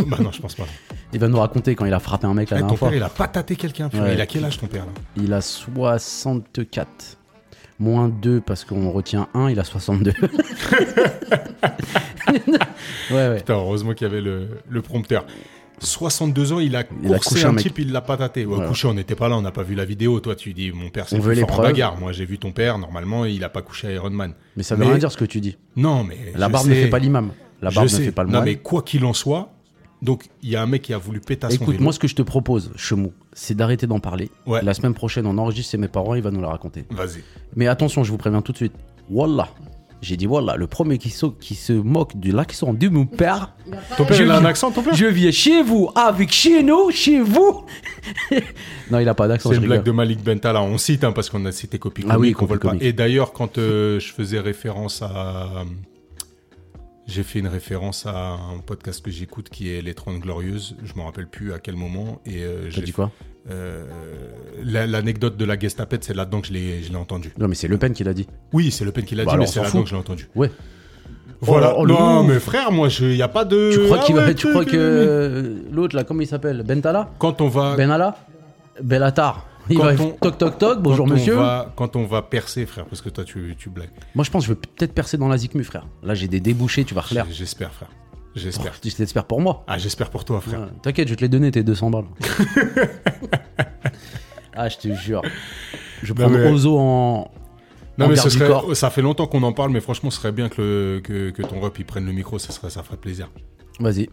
bah non, je pense pas. Il va nous raconter quand il a frappé un mec la Eh, ton dernière fois. père, il a pas tâté quelqu'un. putain. Ouais. Il a quel âge ton père là Il a 64. Moins 2 parce qu'on retient 1, il a 62. ouais, ouais. Putain, heureusement qu'il y avait le, le prompteur. 62 ans, il a Il a coursé couché un, un mec. type, il l'a pas tâté. Ouais, Voilà. Couché, on n'était pas là, on n'a pas vu la vidéo. Toi, tu dis, mon père, c'est On veut plus les fort en preuves. bagarre. Moi, j'ai vu ton père, normalement, il a pas couché à Iron Man. Mais ça veut Mais- rien dire ce que tu dis. Non, mais. La je barbe ne sais. fait pas l'imam. La Je barbe ne sais. fait pas le Non, moine. mais quoi qu'il en soit, donc, il y a un mec qui a voulu péter à son Écoute, vélo. moi, ce que je te propose, Chemou, c'est d'arrêter d'en parler. Ouais. La semaine prochaine, on enregistre chez mes parents, il va nous la raconter. Vas-y. Mais attention, je vous préviens tout de suite. Wallah. J'ai dit voilà, le premier qui, sau- qui se moque de l'accent de mon père, Ton père, Je il a un viens- accent, ton père je viens chez vous, avec chez nous, chez vous. non, il a pas d'accent. C'est je une blague rigole. de Malik Bentala, on cite hein, parce qu'on a cité Copy Comic, Ah oui, on Copy vole pas. Comic. Et d'ailleurs, quand euh, je faisais référence à. euh, J'ai fait une référence à un podcast que j'écoute qui est Les 30 Glorieuses, je me rappelle plus à quel moment. Et euh, T'as j'ai- dit quoi euh, la- L'anecdote de la Gestapette, c'est là-dedans que je l'ai je l'ai entendu. Non, mais c'est Le Pen qui l'a dit. Oui, c'est Le Pen qui l'a Bah dit, alors, mais on c'est s'en là-dedans fout. que je l'ai entendu. Ouais. Voilà. Oh, oh, le non, ouf. mais frère, moi, il n'y a pas de. Tu crois Ah qu'il va. ouais, tu crois t'es- que l'autre là, comment il s'appelle Bentala Quand on va. Benalla Belatar. Il Quand va on- toc toc toc. Bonjour quand on monsieur. va- quand on va percer, frère, parce que toi, tu, tu blagues. Moi je pense que je vais peut-être percer dans la zikmu frère. Là j'ai des débouchés, tu vas clair. J- J'espère, frère. J'espère. Je t'espère pour moi. Ah, j'espère pour toi, frère. Ouais, T'inquiète, je vais te les donner tes 200 balles. ah je te jure. Je Non, prends mais- Ozo en. Non, en mais ce garde du serait- corps. ça fait longtemps qu'on en parle, mais franchement, ce serait bien que, le- que, que ton rep il prenne le micro, ça, serait, ça ferait plaisir. Vas-y.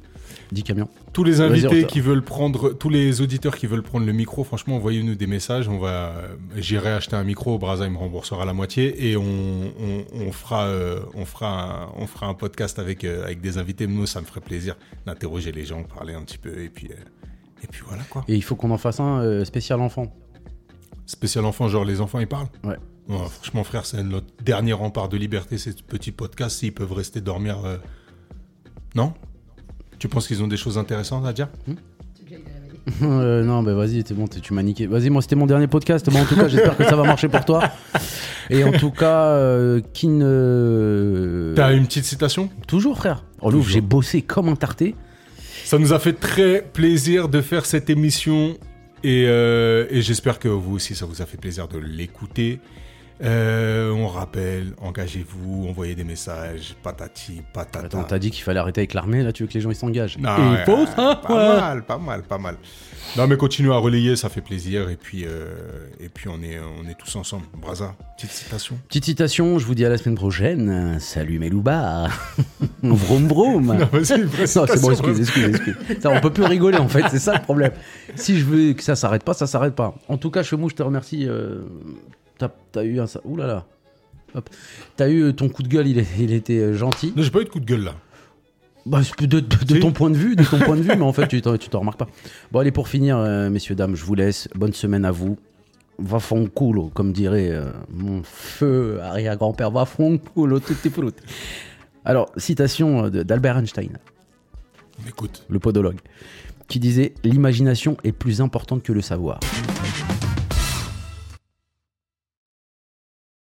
10 camions. Tous les Vas-y, invités on te- qui veulent prendre, tous les auditeurs qui veulent prendre le micro, franchement, envoyez-nous des messages. On va, j'irai acheter un micro, Braza il me remboursera la moitié et on, on, on fera, euh, on fera, un, on fera un podcast avec euh, avec des invités. Nous, ça me ferait plaisir d'interroger les gens, parler un petit peu et puis euh, et puis voilà quoi. Et il faut qu'on en fasse un euh, spécial enfant. Spécial enfant, genre les enfants ils parlent. Ouais. Ouais, franchement, frère, c'est notre dernier rempart de liberté, ces petits podcasts. S'ils peuvent rester dormir. euh, Non Tu penses qu'ils ont des choses intéressantes à dire Euh, non, bah vas-y, c'est bon, t'es- tu m'as niqué. Vas-y, moi c'était mon dernier podcast. Bon, en tout cas, j'espère que ça va marcher pour toi. Et en tout cas, euh, qui ne. T'as une petite citation Toujours, frère. Oh, l'ouf, Toujours. j'ai bossé comme un tarté. Ça nous a fait très plaisir de faire cette émission. Et, euh, et j'espère que vous aussi, ça vous a fait plaisir de l'écouter. Euh, on rappelle, engagez-vous, envoyez des messages, patati, patata. Attends, t'as dit qu'il fallait arrêter avec l'armée, là, tu veux que les gens ils s'engagent. Non, Et Ah, ouais, il faut ça, Pas ouais. mal, pas mal, pas mal. Non, mais continue à relayer, ça fait plaisir. Et puis, euh, et puis on, est, on est tous ensemble. Braza, petite citation. Petite citation, je vous dis à la semaine prochaine. Salut mes loupards. vroom vroom. Non, vas-y, une vraie Non, c'est citation, bon, excuse, vas-y. excuse, excuse. Ça, on peut plus rigoler en fait, c'est ça le problème. Si je veux que ça s'arrête pas, ça s'arrête pas. En tout cas, Chemou, je te remercie. euh, T'as t'as eu un. sa- Ouh là là. Hop. T'as eu euh, ton coup de gueule, il, est- il était euh, gentil. Non, j'ai pas eu de coup de gueule là. Bah, de, de- de Si. ton point de vue, de ton point de vue, mais en fait, tu t'en tu t'en remarques pas. Bon, allez, pour finir, euh, messieurs, dames, je vous laisse. Bonne semaine à vous. Va fond culo, comme dirait euh, mon feu arrière-grand-père. Va fond culo, tutti frutti. Alors, citation euh, de- d'Albert Einstein On écoute. le podologue, qui disait L'imagination est plus importante que le savoir.